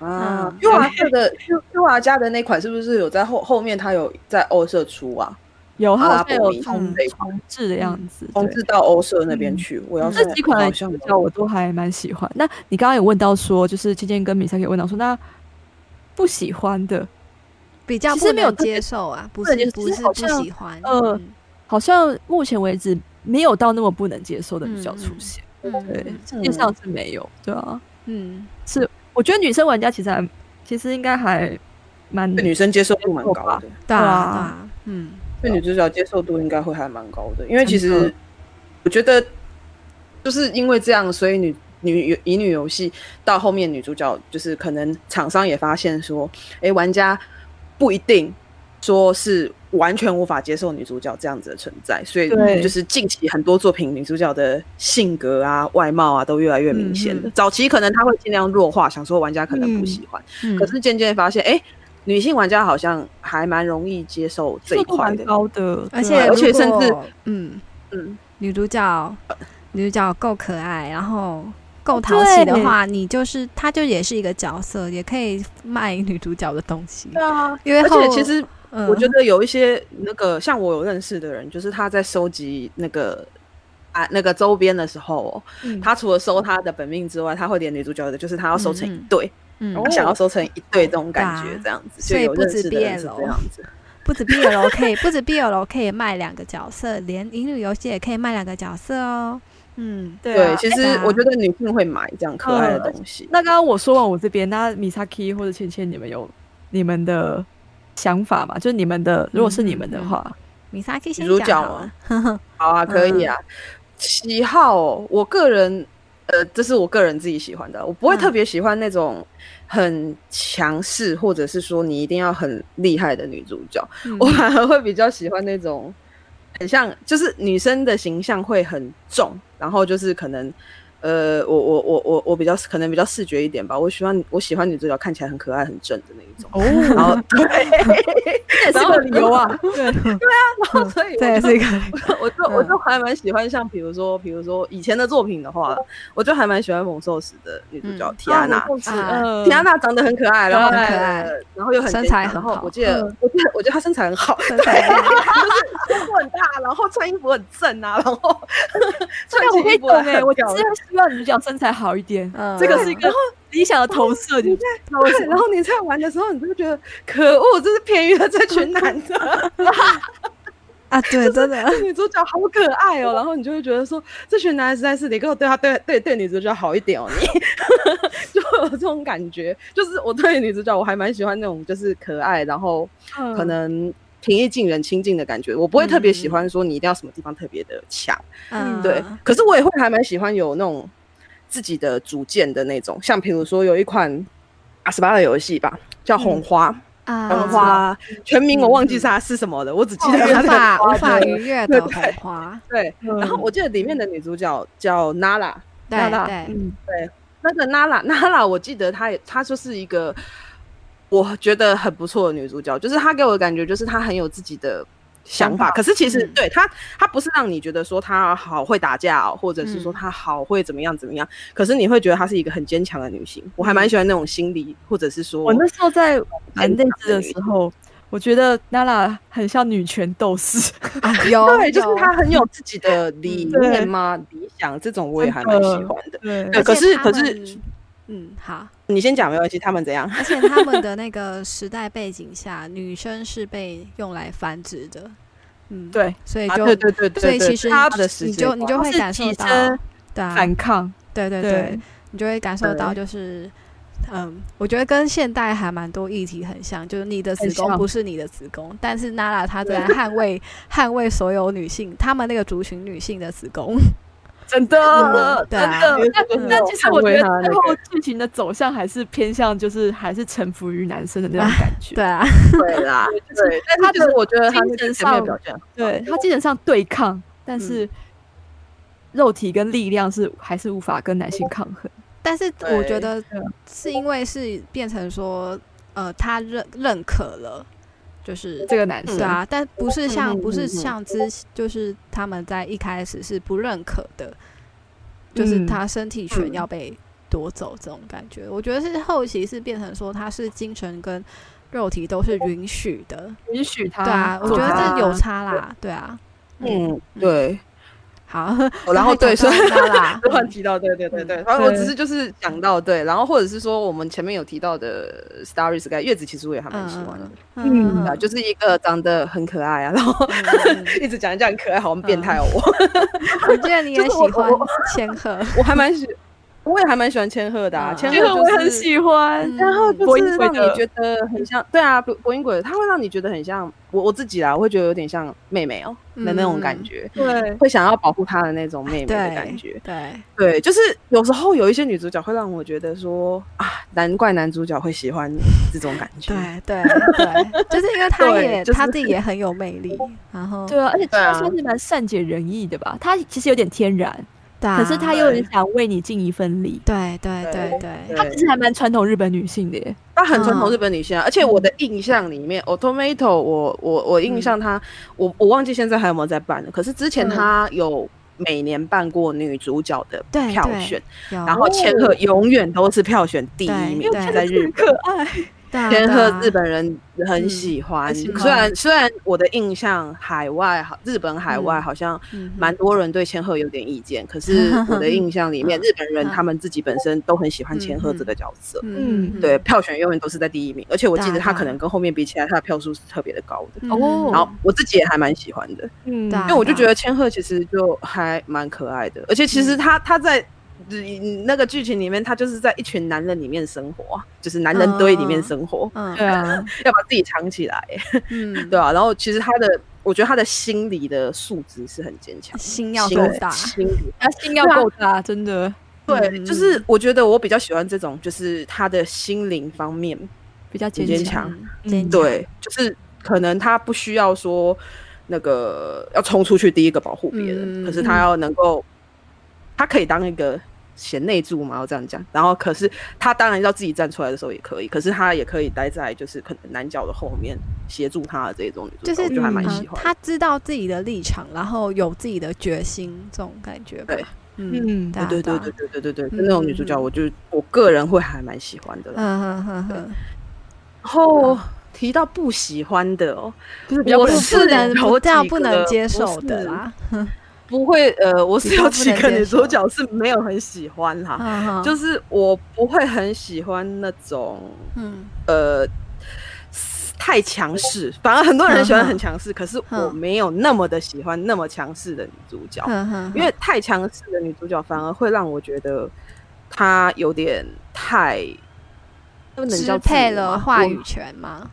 E: 啊
C: 嗯
E: ，Q R 社的 Q Q R 家的那款是不是有在后后面它有在欧社出啊？
D: 哦有，
E: 阿
D: 它好
E: 拉
D: 像
E: 伯
D: 有
E: 迷
D: 重
E: 这一款
D: 重置的样子，对。
E: 同志到欧社那边去，我要
C: 嗯
E: 是
D: 这几款
E: 好
D: 的
E: 像
D: 选项我都还蛮喜欢。那你刚刚有问到说，就是芊芊跟米莎可以问到说，那不喜欢的，
C: 比较
D: 其实
C: 不
D: 没有
C: 能
D: 特别
C: 接受啊，不
D: 不能接
C: 是
D: 受
C: 不
D: 其实
C: 是
D: 好
C: 不
D: 像
C: 喜欢，
D: 呃
C: 嗯
D: 好像目前为止没有到那么不能接受的
C: 嗯
D: 比较出
C: 嗯
D: 现，对
C: 嗯，
D: 世界上是没有，对啊。
C: 嗯，
D: 我觉得女生玩家其实还其实应该还蛮
E: 对女生接受度蛮高的，
C: 对
D: 对
C: 啊对
D: 啊
C: 啊，嗯。
E: 对女主角接受度应该会还蛮高的，因为其
D: 真
E: 实
D: 的
E: 我觉得就是因为这样，所以女女乙女游戏到后面女主角就是可能厂商也发现说，哎，玩家不一定说是完全无法接受女主角这样子的存在，所以
D: 对
E: 就是近期很多作品女主角的性格啊、外貌啊都越来越明显了。
C: 嗯
E: 早期可能她会尽量弱化，想说玩家可能不喜欢，
C: 嗯
E: 可是渐渐发现，哎、女性玩家好像还蛮容易接受这一
D: 速度
E: 块
D: 蛮
E: 的，
D: 高的，
C: 而
D: 对
C: 且
D: 啊
E: 而且
C: 如
E: 甚至
C: 果嗯，
E: 嗯，
C: 女主角女主角够可爱，然后够讨喜的话，你就是她就也是一个角色，也可以卖女主角的东西。
E: 啊。
C: 因为
E: 而
C: 后
E: 且其实
C: 嗯
E: 我觉得有一些那个，像我有认识的人，就是他在收集那个啊那个周边的时候、哦，
D: 嗯
E: 他除了收他的本命之外，他会连女主角的，就是他要收成一对，
C: 嗯
E: 他想要收成一对这种感觉
C: 对啊，
E: 这样子。
C: 所以
E: 就有认识的人是
C: 不止哦
E: 这样子。
C: 不止 BL 可以，不止 BL 可以卖两个角色，连乙女游戏也可以卖两个角色哦。嗯，
D: 对
E: 对，
D: 啊。
E: 其实
C: 对啊
E: 我觉得女性会买这样可爱的东西。
D: 那刚刚我说完我这边，那米萨 k 或者芊芊，你们有你们的想法吗？就是你们的，如果是你们的话，
C: 米莎可以先
E: 女主角
C: 讲好
E: 啊
C: 了，
E: 好啊，可以啊。喜好哦、我个人，呃，这是我个人自己喜欢的，我不会
C: 嗯
E: 特别喜欢那种很强势，或者是说你一定要很厉害的女主角。
C: 嗯
E: 我反而会比较喜欢那种很像，就是女生的形象会很重，然后就是可能，呃，我我我我我比较可能比较视觉一点吧。我喜欢我喜欢女主角看起来很可爱很正的那一种。
D: 哦，
E: 然后，
D: 这也是个理由啊，对，
E: 然后所以我
C: 这也
E: 就是
C: 一个
E: 我就我
C: 嗯
E: 就还蛮喜欢，像比如说，比如说以前的作品的话，我就还蛮喜欢猛兽时的女主角
C: 嗯
E: 提安娜
D: 啊。我就是
C: 啊
D: 呃
E: 提安娜长得很可爱，然后
C: 很可爱
E: 呃然后又很
C: 身
E: 坚强
C: 材很
E: 然后
C: 好嗯
E: 我记得，我记得，我觉得她身材很好，
C: 身材很
E: 胸部很大，然后穿衣服很正啊，然 后穿
D: 但我
E: 起
D: 可以
E: 衣服
D: 懂哎、
C: 欸
E: 来
D: 我只
E: 很
D: 是希望女主角身材好一点，
C: 嗯
D: 这个是一个理想的投射，你知道为
E: 对
D: 什
E: 然
D: 么？
E: 后你 在玩的时候，你就觉得可恶，这是便宜了这群男的。
C: 啊，对，真的，
E: 女主角好可爱哦，然后你就会觉得说，这群男人实在是，你给我对他对对对女主角好一点哦，你 就会有这种感觉。就是我对女主角，我还蛮喜欢那种就是可爱，然后
C: 嗯
E: 可
D: 嗯
E: 能平易近人、亲近的感觉。我不会特别喜欢说你一定要什么地方特别的强，
C: 嗯，
E: 对。可是我也会还蛮喜欢有那种自己的主见的那种，像比如说有一款阿斯巴的游戏吧，叫《红花》。
C: 嗯啊，嗯
E: 红花，全名我忘记是它是什么了，我只记得它
C: 无
E: 是
C: 法
E: 红
C: 无
E: 花
C: 法
E: 的
C: 逾越的
E: 对
C: 红花，
E: 对，然
D: 嗯
E: 后我记得里面的女主角叫 Nala，
C: 对
E: 那那
C: 对，
D: 嗯，
E: 那个 Nala Nala，我记得她也她就是一个我觉得很不错的女主角，就是她给我的感觉就是她很有自己的想法，可是其实、
C: 嗯
E: 对她她不是让你觉得说她好会打架哦、或者是说
C: 嗯
E: 她好会怎么样怎么样，可是你会觉得她是一个很坚强的女性，我还蛮喜欢那种心理，或者是说
D: 我那时候在玩
E: 很
D: 那
E: 强
D: 只的
E: 女
D: 时候，我觉得娜娜很像女权斗士，
C: 啊有，
E: 对，就是
C: 有
E: 她很有自己的理
D: 嗯对
E: 念嘛、理想这种我也还蛮喜欢的。
D: 对
E: 对，
C: 而
E: 可
C: 且
E: 是
C: 他
E: 可是
C: 们，嗯，好。
E: 你先讲没关系，他们怎样？
C: 而且他们的那个时代背景下，女生是被用来繁殖的，嗯，，
D: 对，
C: 所以
E: 啊
C: 就，
E: 对对对对，
C: 所以
E: 对
C: 其实
E: 他的时
C: 你
E: 间
C: 就你就会
D: 是
C: 感受
D: 起
C: 到，
D: 身
C: 对啊，
D: 反抗，
C: 对对
D: 对
C: 对，你就会感受到就是。嗯，我觉得跟现代还蛮多议题很像，就是你的子
D: 很
C: 宫
D: 像
C: 不是你的子宫，但是娜拉她在捍卫捍卫所有女性，她们那个族群女性的子宫。
D: 真的
C: 嗯，对啊
D: 真的。
E: 那
D: 但其实我觉得最
E: 那
D: 后
E: 个
D: 剧情的走向还是偏向，就是还是臣服于男生的那种感觉。
C: 对啊，
E: 对啦，对，但是就是我觉得他那个前面的表现，
D: 对他精神上对抗，但是肉体跟力量是还是无法跟男性抗衡。
C: 但是我
E: 对啊
C: 觉得是因为是变成说，呃，她认认可了，就是
D: 这个男生
C: 对啊，但不是像
E: 嗯
C: 不
E: 嗯
C: 是
E: 嗯
C: 像之，就是他们在一开始是不认可的，就是
D: 嗯
C: 他身体权
E: 嗯
C: 要被夺走这种感觉。我觉得是后期是变成说他是精神跟肉体都是允许的，
D: 允许他
C: 对啊，我
D: 做
C: 觉得
D: 他
C: 这有差啦，对啊，
E: 嗯，对。
C: 好，
E: 哦 然后对，所以，
C: 刚才讲到嗯 啦
E: 突然提到，对对对对，反正我只是就是讲到对，然后或者是说我们前面有提到的 Starry Sky 月子，其实我也还蛮喜欢的，
D: 嗯
E: 对啊，就是一个长得很可爱啊，然后
C: 嗯
E: 一直讲一讲很可爱，好像变态哦，我
C: 我记得你也
E: 就是
C: 喜
E: 我
C: 欢
E: 我
C: 千鹤，
E: 我还蛮喜，我也还蛮喜欢千鹤的啊，
C: 嗯
E: 千
D: 因为
E: 鹤
D: 我
E: 就是
D: 很喜欢。
E: 然后
C: 嗯
E: 就
D: 播音
E: 是
D: 鬼
E: 让你
D: 的
E: 觉得很像，对啊，播播音鬼，它会让你觉得很像我我自己啦，我会觉得有点像妹妹哦、的那种感
D: 嗯
E: 觉，
D: 对，
E: 会想要保护她的那种妹妹的
C: 嗯啊对
E: 感觉。
C: 对，
E: 对，就是有时候有一些女主角会让我觉得说啊，难怪男主角会喜欢你这种 感觉。
C: 对对对，就是因为他
E: 对
C: 也
E: 就是
C: 他自己也很有魅力，然后
D: 对啊，而且
E: 对啊
D: 他算是蛮善解人意的吧。他其实有点天然，
C: 对啊
D: 可是他又很想为你尽一份力。
C: 对对对
E: 对
C: 对，
D: 他其实还蛮传统日本女性的耶。
E: 她很传统
C: 嗯嗯
E: 日本女性啊，而且我的印象里面，Automato，我我我印象她，我我忘记现在还有没有在办了，可是之前她有每年办过女主角的
C: 对
E: 票
C: 哎对
E: 选，
C: 有
E: 然后千鹤永远都是票选第一名
C: 对对，
E: 在日本。
D: 爱，
C: 对啊
E: 千
C: 对
E: 鹤
C: 啊
E: 日本人很喜欢，
D: 很喜欢
E: 虽然虽然我的印象海外好，日本海外
C: 嗯
E: 好像
C: 嗯哼
E: 蛮多人对千鹤有点意见，可是我的印象里面，日本人他们自己本身都很喜欢千鹤这个角色。
D: 嗯
E: 对，票选永远都是在第一名，而且我记得他
C: 对啊
E: 可能跟后面比起来，他的票数是特别的高的。
C: 嗯
D: 哦
E: 然后我自己也还蛮喜欢的，
D: 嗯
C: 对啊
E: 因为我就觉得千鹤其实就还蛮可爱的，而且其实他他在嗯那个剧情里面，他就是在一群男人里面生活啊，就是男人堆里面生活，
C: 嗯
D: 对啊，
E: 要把自己藏起来，
C: 嗯，
E: 对啊，然后其实他的，我觉得他的心理的素质是很坚强的，
C: 心要
E: 心
C: 够大，
E: 心理
D: 他心要
C: 啊
D: 够大，真的
E: 对，
C: 嗯
E: 就是我觉得我比较喜欢这种，就是他的心灵方面，
D: 比较
E: 坚
D: 坚
E: 强
C: 嗯
D: 嗯
C: 坚强
E: 对，就是可能他不需要说那个要冲出去第一个保护别人，
C: 嗯
E: 可是他要能够，他可以当一个。贤内助嘛，我这样讲。然后，可是他当然要自己站出来的时候也可以，可是他也可以待在就是可能男角的后面协助他的这种女主角，
C: 就是
E: 我就还蛮
D: 嗯
E: 喜
C: 嗯，
E: 欢的。
C: 他知道自己的立场，然后有自己的决心，这种感觉吧
E: 对。
C: 嗯，
D: 嗯，
C: 对啊
E: 对
C: 对
E: 对
C: 啊
E: 对对对对对，
C: 嗯
E: 那种女主角，
C: 嗯嗯
E: 我就我个人会还蛮喜欢的啦。
C: 嗯哼哼哼，
E: 然后提到不喜欢的哦，
D: 就是
E: 我
C: 不
E: 是
C: 不能
E: 有
C: 不这样
E: 几
C: 不
E: 个
C: 能接
E: 我
C: 受
E: 是
C: 的啦。
E: 不会呃，我是
C: 比较
E: 有
C: 不
E: 几
C: 能
E: 个
C: 接
E: 女
C: 受
E: 主角是没有很喜欢啦，
C: 嗯哼，
E: 就是我不会很喜欢那种
C: 嗯
E: 呃太强势，反而很多人喜欢很强势，可是
C: 嗯
E: 我没有那么的喜欢那么强势的女主角，
C: 哼哼，
E: 因为太强势的女主角反而会让我觉得她有点太。不能叫
C: 支
E: 自
C: 配
E: 我
C: 了
E: 吗
C: 话
E: 我
C: 语权嘛，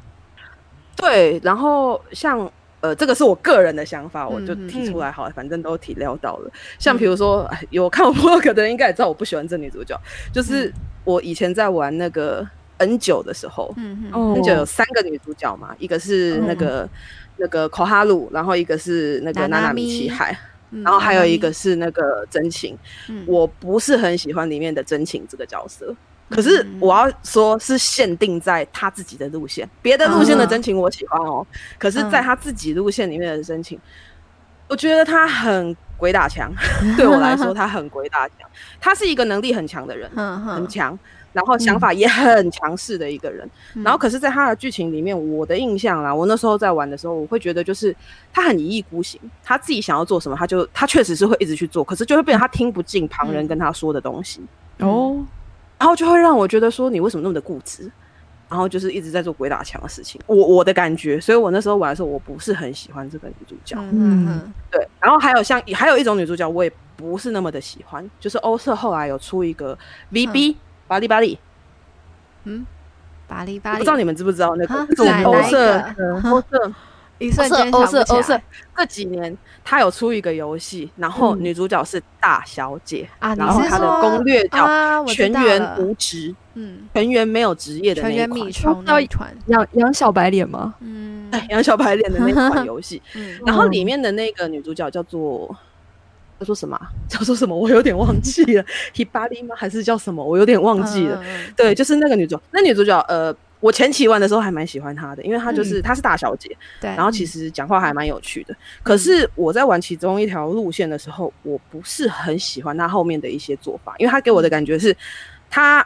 E: 对，然后像呃，这个是我个人的想法，我就
C: 嗯
E: 提出来好了，反正都体料到了。像比如说，哎有看我 vlog 的人应该也知道，我不喜欢这女主角。
C: 嗯
E: 就是我以前在玩那个 N 九的时候
C: 嗯哼，
D: 哦
E: ，N 九有三个女主角嘛，一个是那个、那个口哈鲁，然后一个是那个
C: 嗯娜
E: 娜
C: 娜
E: 娜米
C: 咪
E: 奇海，
C: 嗯
E: 然后还有一个，是那个真情。
C: 嗯
E: 我不是很喜欢里面的真情这个角色，可是我要说是限定在他自己的路线，别的路线的真情我喜欢哦，可是在他自己路线里面的真情，我觉得他很鬼打墙， 对我来说他很鬼打墙，他是一个能力很强的人，
C: 哼
E: 很
C: 哼，
E: 强，然后想法也很强势的一个人，
C: 嗯
E: 然后可是在他的剧情里面，我的印象啦，我那时候在玩的时候，我会觉得就是他很一意孤行，他自己想要做什么，他就他确实是会一直去做，可是就会变成他听不进旁人跟他说的东
C: 嗯
E: 西，
D: 哦，
E: 然后就会让我觉得说你为什么那么的固执，然后就是一直在做鬼打墙的事情，我我的感觉，所以我那时候玩的时候，我不是很喜欢这个女主角，
C: 嗯哼哼，
E: 对，然后还有像还有一种女主角，我也不是那么的喜欢，就是欧瑟后来有出一个 VB、巴
C: 嗯
E: 黎巴黎，
C: 巴黎
E: 我
C: 巴
E: 不
C: 黎，
E: 知道你们知不知道那
C: 啊
E: 个，就是
C: 哪
E: 欧
C: 哪一
E: 瑟
C: 个
E: 呃欧瑟
C: 一瞬
E: 欧
C: 间
E: 瑟欧瑟欧
C: 想不起来
E: 瑟哦这几年，他有出一个游戏，然后女主角是大小姐，
C: 嗯啊，你
E: 然后
C: 是
E: 她的
C: 说
E: 攻略叫
C: 啊我知
E: 全
C: 道
E: 员
C: 了
E: 无职，
C: 嗯，
E: 全员没有职业的那
C: 全
E: 一哎
C: 员
E: 款
C: 米，虫那一团，
D: 养养小白脸吗？
C: 嗯，
E: 对， 养小白脸的那一 款游戏。
C: 嗯，
E: 然后里面的那个女主角叫做叫做什么啊？ 叫做什么？我有点忘记了，Hibari 吗？还是叫什么？我有点忘记了。
C: 嗯， 嗯
E: 对，就是那个女主，那女主角呃。我前期玩的时候还蛮喜欢她的，因为她
C: 嗯
E: 就是、她是大小姐，
C: 对，
E: 然后其实讲话还蛮有趣的。可是我在玩其中一条路线的时候，我不是很喜欢他后面的一些做法，因为他给我的感觉是，他，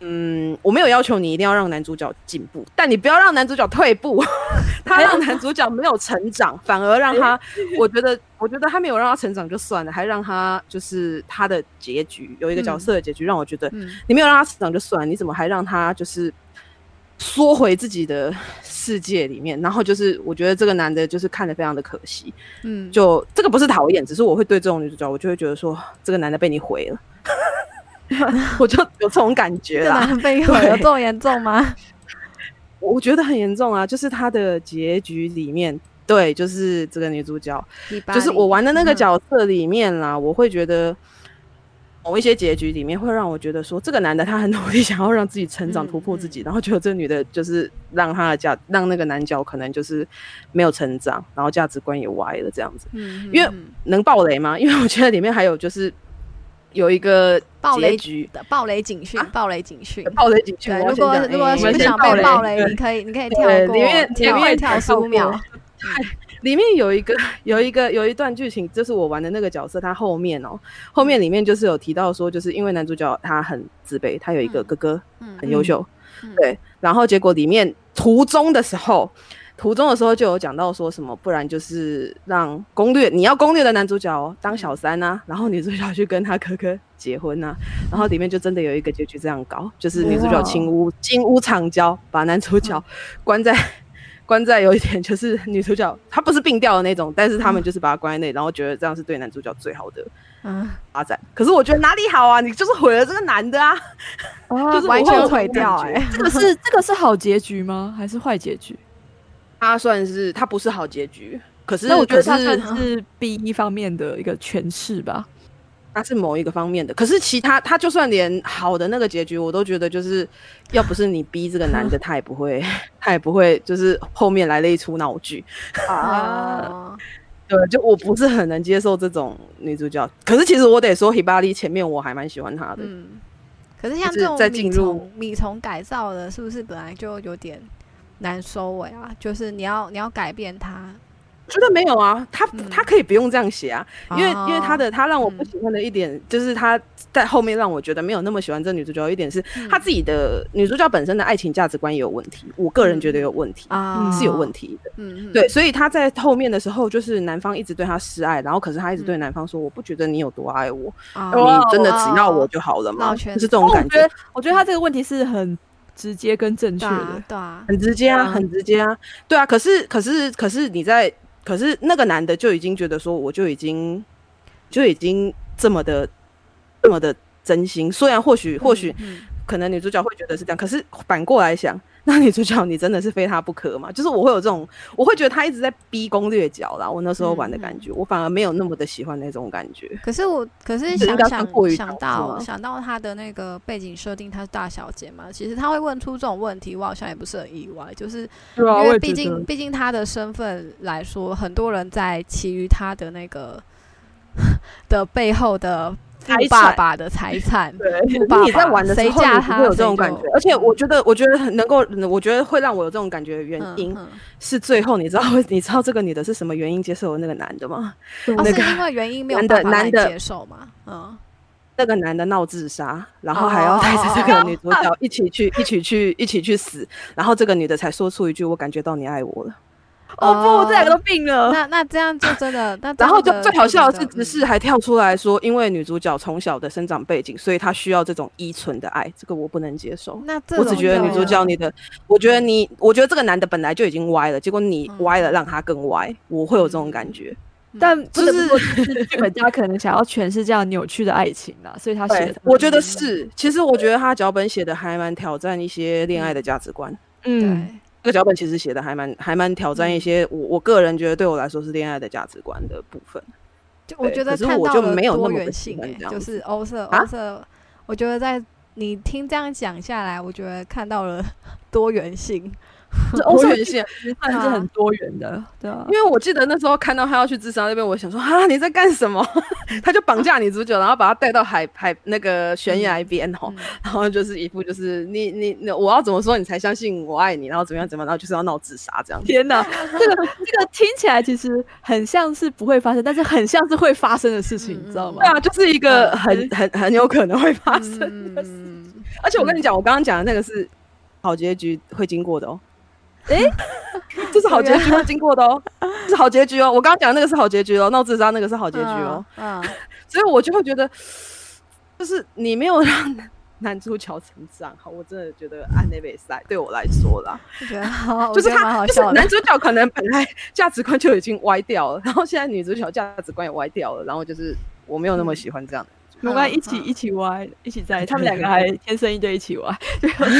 E: 嗯，我没有要求你一定要让男主角进步，但你不要让男主角退步。 他让男主角没有成长，反而让他，我觉得，我觉得他没有让他成长就算了，还让他就是他的结局有一个角色的结局让我觉得，
C: 嗯
E: 你没有让他成长就算，了，你怎么还让他就是缩回自己的世界里面？然后就是我觉得这个男的就是看得非常的可惜，
C: 嗯，
E: 就这个不是讨厌，只是我会对这种女主角，我就会觉得说 这个男的被你毁了， 我就有这种感觉
C: 这
E: 啦。
C: 男被毁有
E: 对
C: 这么严重吗？
E: 我觉得很严重啊，就是他的结局里面，对，就是这个女主角，
C: 黎巴
E: 就是
C: 黎
E: 我玩的那个
C: 嗯
E: 角色里面啦，我会觉得某一些结局里面会让我觉得说，这个男的他很努力，想要让自己成长、
C: 嗯
E: 突破自己，然后觉得这女的就是让他的价，让那个男角可能就是没有成长，然后价值观也歪了这样子。
C: 嗯，
E: 因为
C: 嗯
E: 能爆雷吗？因为我觉得里面还有就是有一个
C: 暴
E: 结
C: 雷
E: 局。
C: 的暴雷警讯，暴雷警讯。
E: 啊暴雷警
C: 对
E: 讯，，我要
C: 如
E: 先
C: 果
E: 讲
C: 如果
E: 哎
C: 是
E: 我
C: 不
E: 先
C: 想被暴
E: 暴
C: 雷，
E: 对
C: 你可以你可以跳
E: 对，
C: 过，
E: 里面里
C: 跳
E: 面
C: 跳十五秒。。
E: 里面有一个 有一个有一段剧情，就是我玩的那个角色，他后面哦，后面里面就是有提到说，就是因为男主角他很自卑，他有一个
C: 嗯
E: 哥哥
C: 嗯
E: 很优秀，
C: 嗯
E: 对，然后结果里面途中的时候，途中的时候就有讲到说什么，不然就是让攻略你要攻略的男主角哦，当小三啊，然后女主角去跟他哥哥结婚啊，然后里面就真的有一个结局这样搞，就是女主角进屋进屋藏娇，把男主角 关在。关在有一点就是女主角她不是病掉的那种，但是他们就是把她关在那里，然后觉得这样是对男主角最好的
C: 嗯，
E: 发展。可是我觉得哪里好啊？你就是毁了这个男的啊，
D: 啊
E: 就是我
C: 哦
E: 会有
C: 完全
E: 这种
C: 毁掉
E: 感
C: 哎
E: 觉。
D: 这个是这个是好结局吗？还是坏结局？
E: 他算是他不是好结局，可是
D: 那我觉得它
E: 可是
D: 算是 B 一方面的一个诠释吧。
E: 他是某一个方面的，可是其他他就算连好的那个结局，我都觉得就是要不是你逼这个男的，他也不会 他也不会就是后面来了一出闹剧。
C: 啊，
E: 对，就我不是很能接受这种女主角。可是其实我得说，Hibari 前面我还蛮喜欢她的，
C: 嗯。可是像
E: 就是
C: 这种
E: 再
C: 米
E: 进入
C: 虫米虫改造的，是不是本来就有点难收尾啊？就是你要你要改变它，
E: 我觉得没有啊，她
C: 嗯
E: 她可以不用这样写啊，因为因为她
C: 哦
E: 的她让我
C: 嗯
D: 啊
E: 不喜欢的一点就是她在后面让我觉得没有那么喜欢这女主角的一点是，
C: 哦嗯
E: 她自己的女主角本身的爱情价值观也有问题，我个人觉得有问题，
C: 啊
E: 是有问，题的。
C: 嗯，嗯
E: 对，，所以她在后面的时候，就是男方一直对她示爱，然后可是她一直对男方说：“我不觉得你有多爱我，
C: 啊
E: 你真的只要
C: 哦
E: 我就好了嘛。”
C: 绕
E: 就
C: 圈
E: 是这种
D: 我
E: 感
D: 觉
E: 觉
D: 得。我觉得他这个问题是很直接跟正确
C: 对
D: 的
C: 啊，，对啊，
E: 很直接啊，
A: 对啊
E: 很直接啊，对啊。可是可是可是你在，可是那个男的就已经觉得说，我就已经就已经这么的这么的真心。虽然或许或许
C: 嗯
E: 可能女主角会觉得是这样，可是反过来想， 那女主角你真的是非他不可吗？就是我会有这种，我会觉得他一直在逼攻略角啦。我那时候玩的感觉，我反而没有那么的喜欢那种感觉。
C: 可是我，可是
E: 就是
C: 想
E: 应该算过
C: 想
E: 于
C: 想
E: 导致
C: 到
E: 吗
C: 想到她的那个背景设定，她是大小姐嘛，其实她会问出这种问题，我好像也不是很意外，就是
D: 对啊，
C: 因
D: 我
C: 为
D: 也
C: 毕
D: 觉
C: 竟
D: 得。
C: 毕竟她的身份来说，很多人在其余她的那个的背后的富
E: 财
C: 爸
E: 产
C: 爸的财产，
E: 对，
C: 富爸爸
E: 你在玩的时
C: 谁
E: 候，
C: 嫁
E: 你不
C: 他
E: 会有这
C: 谁
E: 种感
C: 就
E: 觉。而且我觉得，我觉得很能够，我觉得会让我有这种感觉的 原
C: 嗯
E: 因，
C: 嗯
E: 是最后你知道 你知道这个女的是什么原因接受了那个男的吗？
C: 哦，
E: 那
C: 是
E: 个
C: 因为原因没有
E: 男的
C: 办法让
E: 男
C: 你
E: 的
C: 接受嘛？嗯，
E: 那个男的闹自杀，然后还要
C: 哦
E: 带着这
C: 哦
E: 个
C: 哦
E: 女主角一起去一起去一起去死，然后这个女的才说出一句：“我感觉到你爱我了。”
D: 哦不，
C: 哦
D: 这两个都病了。
C: 那那这样就真的，那 这
E: 然后
C: 样
E: 就
C: 的
E: 最好笑的
C: 真
E: 是，
C: 嗯
E: 直视还跳出来说，因为女主角从小的生长背景，所以她需要这种依存的爱，这个我不能接受。
C: 那这啊
E: 我只
C: 种
E: 觉得
C: 就
E: 女主角你的，我觉得你，我觉得这个男的本来就已经歪了，结果你
C: 嗯
E: 歪了，让他更歪，我会有这种感觉。
D: 但不
E: 就
D: 得不
E: 是
D: 说，就是剧本家可能想要诠释这样扭曲的爱情啦，所以他写
E: 对
D: 的，，
E: 我
C: 嗯
E: 觉得是。其实我觉得他脚本写的还蛮挑战一些恋爱的价值观。
D: 嗯，
C: 对，
E: 这个脚本其实写的还蛮还蛮挑战
C: 嗯
E: 一些我我个人觉得对我来说是恋爱的价值观的部 分。
C: 就我
E: 对
C: 觉
E: 可
C: 得
E: 是
C: 看
E: 我
C: 到
E: 就
C: 了
E: 没有那
C: 多
E: 么
C: 元
E: 不喜
C: 性、
E: 欢
C: 欸
E: 这，样
C: 就是
E: 子
C: 欧色
E: 啊
C: 欧色，我觉得在你听这样讲下来，我觉得看到了 多元性，
E: 这欧
D: 多
E: 洲
D: 元
E: 也是，
D: 其实啊算是很多元的，对啊
E: 因。为我记得那时候看到他要去自杀那边，我想说啊你在干什么？ 他就绑架女主角，然后把她带到海海那个悬崖边吼，
C: 嗯
E: 然后就是一副就是你你你我要怎么说你才相信我爱你，然后怎么样怎么样，然后就是要闹自杀这样 子。
D: 天哪，这个这个听起来其实很像是不会发生，但是很像是会发生的事情，
C: 嗯
D: 你知道吗
E: 对？啊，就是一个很很很有可能会发生的事。
C: 呃嗯，
E: 而且我跟你讲，我刚刚讲的那个是好结局会经过的哦。诶， 这是好结局会经过的哦，这是好结局哦。我刚刚讲的那个是好结局哦，闹自杀那个是好结局哦。
C: 嗯，嗯，
E: 所以我就会觉得，就是你没有让男男主角成长好，我真的觉得安内贝塞对我来说啦，
C: 我觉得好，
E: 就是
C: 哦我觉得蛮
E: 他
C: 好
E: 就是
C: 笑的
E: 男，主角可能本来价值观就已经歪掉了，然后现在女主角价值观也歪掉了，然后就是我没有那么喜欢这样的。
D: 没关系，一
C: 嗯
D: 起
C: 嗯
D: 一起歪，一起在，他们两个还天生一对，一起歪，
C: 可
E: 可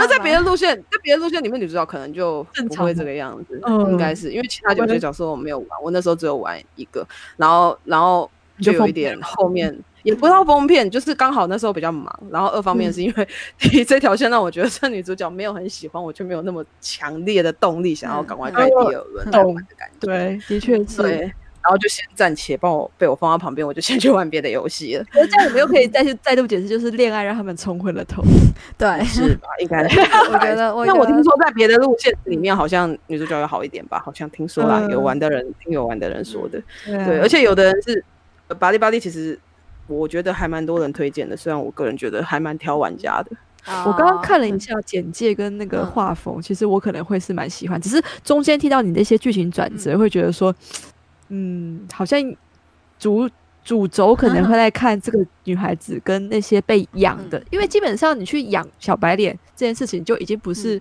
E: 是，在别的路线，在别的路线里面，女主角可能就
D: 嗯正
E: 不
D: 常
E: 会
D: 吗
E: 这个样子，
D: 嗯
E: 应该是因为其他
D: 我
E: 九
D: 们
E: 些角色我没有玩，我那时候只有玩一个，然后然后就
D: 就
E: 有一
D: 封片嗯
E: 点后面也不到封片，就是刚好那时候比较忙，然后二方
D: 嗯
E: 面是因为 第一这条线让我觉得这女主角没有很喜欢，我就没有那么强烈的动力想要赶快
C: 嗯
E: 开第
D: 嗯
E: 二轮来玩的感觉，
D: 对，的确是。
E: 对，然后就先暂且帮我被我放到旁边，我就先去玩别的游戏了，
D: 可是这样我们又可以再去再度解释，就是恋爱让他们冲昏了头。
C: 对，
E: 是吧？应该是。
C: 我觉得，我
E: 因为我
C: 觉
E: 听
C: 得
E: 说在别的路线里面，好像女主角有好一点吧，好像听说啦，
D: 嗯
E: 有玩的人听有玩的人说的，
D: 对啊
E: 对，而且有的人是呃巴蒂巴蒂，其实我觉得还蛮多人推荐的，虽然我个人觉得还蛮挑玩家的，
D: 我刚刚
C: 哦
D: 看了一下简介跟那个
C: 嗯
D: 画风，其实我可能会是蛮喜欢，只是中间听到你那些剧情转折，会觉得说，嗯，好像主主轴可能会在看这个女孩子跟那些被养的，
C: 啊嗯
D: 因为基本上你去养小白脸这件事情就已经
C: 嗯
D: 不是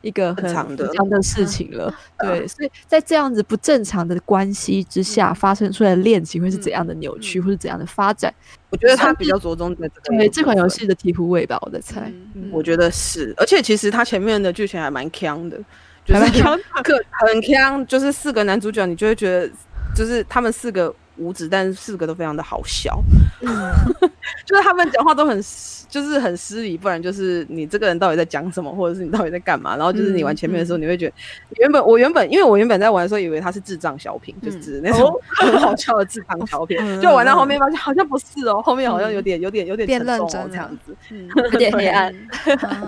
D: 一个
E: 正
D: 很
E: 常的
D: 正常的事情了，对，所以在这样子不正常的关系之下，
C: 嗯
D: 发生出来的恋情会是怎
C: 嗯
D: 样的扭曲，
C: 嗯
D: 或是怎样的发展？
E: 我觉得它比较着重在这个
D: 对这款游
E: 部分，
D: 戏的醍醐味吧，我在猜。
C: 嗯
D: 嗯
E: 我觉得是，而且其实它前面的剧情还蛮强的，就
D: 还蛮
E: 是
D: 强
E: 个很强，就是四个男主角，你就会觉得就是他们四个无子，但是四个都非常的好笑，就是他们讲话都很失就是很失礼，不然就是你这个人到底在讲什么，或者是你到底在干嘛？然后就是你玩前面的时候，你会觉得、原本我原本因为我原本在玩的时候以为他是智障小品，就是指那种很好笑的智障小品，
C: 嗯
E: 就玩到后面发现好像不是哦，后面好像有点、有点有点
C: 变
E: 沉重
C: 认
E: 哦
C: 真
E: 这样
C: 了
E: 子，
C: 嗯，
D: 有点黑暗。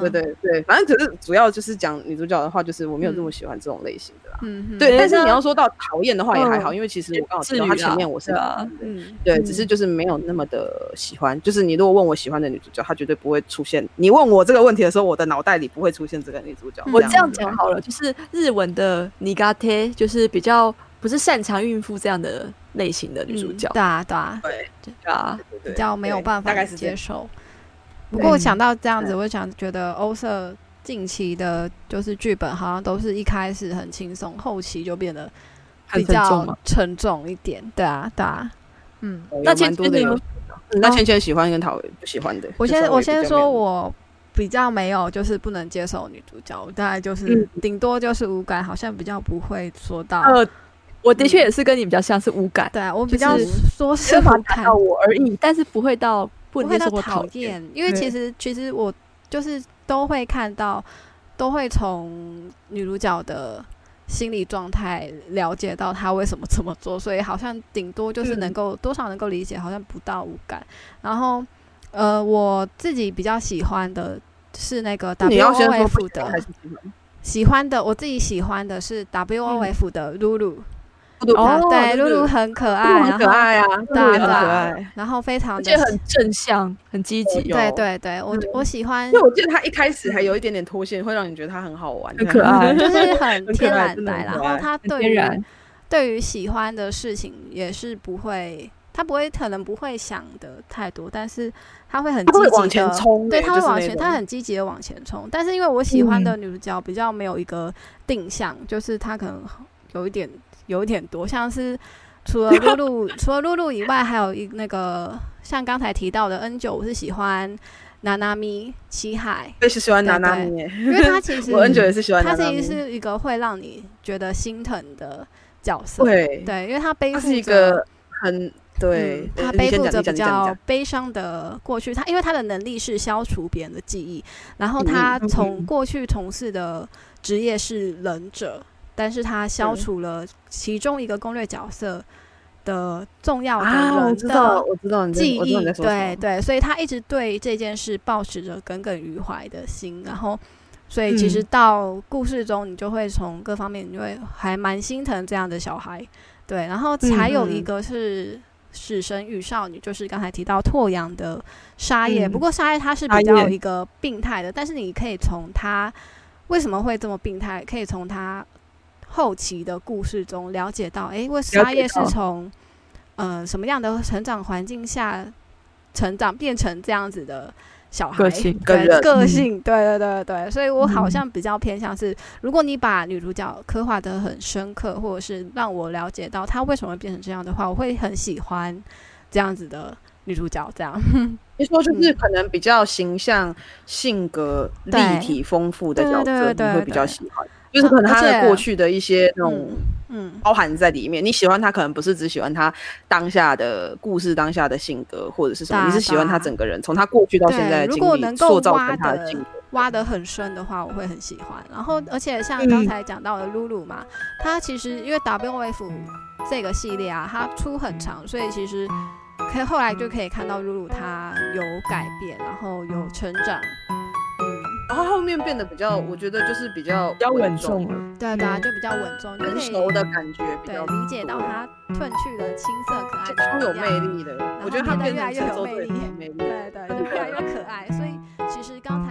E: 对
C: 对，
E: 对对，反正可是主要就是讲女主角的话，就是我没有这么喜欢这种类型的啦。
C: 嗯哼，
E: 对，但是
D: 那
E: 你要说到讨厌的话也还好，
D: 嗯
E: 因为其实我刚好
D: 至
E: 提到他
D: 于啦
E: 前面我是
D: 对啊
C: 嗯，
E: 对，只是就是没有那么的喜欢。就是你如果问我喜欢的女主角，她绝对不会出现。你问我这个问题的时候，我的脑袋里不会出现这个女主
C: 嗯
E: 角。
D: 我这样
E: 子
D: 讲好了，就是日文的尼嘎贴，就是比较不是擅长孕妇这样的类型的女主角
C: 嗯对啊，对啊，
E: 对
D: 对啊，
E: 对对
C: 比较没有
E: 对
C: 办法
E: 大概是这
C: 接
E: 样。
C: 受。不过我
D: 对
C: 想到这样子，我就想觉得欧瑟近期的，就是剧本好像都是一开始很轻松，后期就变得比
D: 很沉重
C: 较
D: 吗
C: 沉重一点。对啊，对啊，嗯。
D: 那
E: 有蛮
D: 芊
E: 多的
D: 芊你
E: 游
D: 们
E: 戏的嗯那芊芊喜欢跟讨厌不喜欢的，
C: 哦我
E: 就稍微比较
C: 先我先
E: 没
C: 说，
E: 有
C: 我比较没有，就是不能接受女主角，我大概就是顶多就是无感，好像比较不会说到。
D: 嗯呃，我
C: 嗯
D: 的确也是跟你比较像，是无感，
C: 对啊，我比
D: 就
C: 较
D: 是
C: 说
D: 没
C: 是
D: 办法
C: 无
D: 打
C: 感
D: 到，我而已，但是不会到不
C: 嗯不
D: 能
C: 会
D: 接
C: 到
D: 受或
C: 讨
D: 厌。
C: 厌，因为
D: 对
C: 其实其实我就是都会看到，都会从女主角的心理状态了解到她为什么这么做，所以好像顶多就是能够、多少能够理解，好像不到无感。然后呃，我自己比较喜欢的是那个
E: 你要
C: W
E: 先
C: O
E: 说
C: F
E: 不喜欢
C: 的
E: 还，是喜欢
C: 喜欢的我自己喜欢的是 W O F 的露露、她
D: 哦
C: 对，露
D: 露
C: 露
D: 露
C: 很可爱，
E: 露露很
C: 然
E: 可
C: 后
E: 爱啊，
C: 对啊
E: 露露也很
C: 对啊
E: 可爱。
C: 然后非常
D: 而
C: 的
D: 且很正向，很积极，
C: 对对对，我、我喜欢
E: 因为我记得他一开始还有一点点脱线，会让你觉得他 很好玩，
D: 很可爱，
C: 就是很
E: 可
C: 天
E: 爱
C: 然
E: 真的
C: 白，
E: 很
C: 然
E: 可
C: 后
E: 爱
C: 他对
D: 天
C: 于
D: 然。
C: 对于喜欢的事情也是不会，他不会可能不会想的太多，但是他会很积
E: 他会
C: 极
E: 往前
C: 地
E: 冲
C: 对，
E: 欸
C: 他
E: 就
C: 会
E: 是
C: 往
E: 那
C: 前，
E: 种
C: 他很积极的往前冲。但是因为我喜欢的女主角比较没有一个定向，就是她可能有一点有一点多，像是除 了露露除了露露以外，还有一那个像刚才提到的 N 九，我是喜欢娜娜咪七海，
E: 我也是喜欢娜娜
C: 对
E: 咪耶，
C: 因为她其实
E: 我很久也是喜欢娜
C: 他
E: 娜咪
C: 其实。是一个会让你觉得心疼的角色，
E: 对，
C: 对，因为他背
E: 他
C: 负
E: 是一
C: 着
E: 个很对
C: 嗯，
E: 呃
C: 他
E: 你
C: 背
E: 先
C: 负
E: 讲
C: 着
E: 你讲你
C: 比
E: 讲你
C: 较
E: 讲
C: 悲伤的过去，他因为他的能力是消除别人的记忆，然后他
E: 嗯
C: 从过去从事的职业是忍者，但是他消
E: 对
C: 除了其中一个攻略角色的重要的
E: 啊，我
C: 人
E: 知道，
C: 的
E: 我知道你在
C: 记
E: 我知道
C: 忆
E: 你在，说什
C: 对
E: 么，
C: 对，所以他一直对这件事抱持着耿耿于怀的心，然后，所以其实
E: 嗯
C: 到故事中，你就会从各方面，你就会还蛮心疼这样的小孩，对，然后还有一
E: 嗯
C: 个是死神与少女，就是刚才提到拓阳的沙耶，
E: 嗯
C: 不过沙耶他是
E: 沙
C: 比较
E: 耶
C: 一个病态的，但是你可以从他为什么会这么病态，可以从他后期的故事中了解到，诶，为
E: 解
C: 沙耶是
E: 到
C: 从呃什么样的成长环境下成长变成这样子的小孩
D: 个性
E: 跟
C: 对
E: 人
C: 个
D: 嗯
C: 性，对对对对，所以我好像比较偏向是，如果你把女主角刻画的很深刻，或者是让我了解到她为什么会变成这样的话，我会很喜欢这样子的女主角，这样
E: 你说就是可能比较形象、性格立
C: 嗯对
E: 体、丰富的
C: 对
E: 角
C: 对
E: 色，
C: 对
E: 你会比
C: 对嗯
E: 较喜欢。就是可能他
C: 而
E: 的
C: 且
E: 过去的一些那种
C: 嗯，
E: 包含在里面，你喜欢他可能不是只喜欢他当下的故事、当下的性格或者是什
C: 对啊
E: 么，你是喜欢他整个人，从他过去到现在的
C: 对如
E: 经
C: 果
E: 历
C: 能够
E: 塑造
C: 挖
E: 成他
C: 的
E: 的性格。
C: 挖得很深的话，我会很喜欢。然后，而且像
E: 嗯
C: 刚才讲到的露露嘛，她其实因为 W F 这个系列啊，它出很长，所以其实可以后来就可以看到露露她有改变，然后有成长。嗯
E: 然后后面变得比较，我觉得就是比较
D: 比较稳
E: 重
D: 重、了，
C: 对对啊，就比较稳重，就可
E: 嗯成
C: 以
E: 熟的感觉，比
C: 对
E: 较
C: 理解到她褪去了青涩可爱
E: 超
C: 的
E: 有
C: 模
E: 魅
C: 样。
E: 力的。我觉得
C: 然后
E: 他
C: 变得
E: 变
C: 越
E: 成成
C: 来越有
E: 熟
C: 魅
E: 之后
C: 力
E: 很有魅力。
C: 对对，就越来越可爱。所以其实刚哦嗯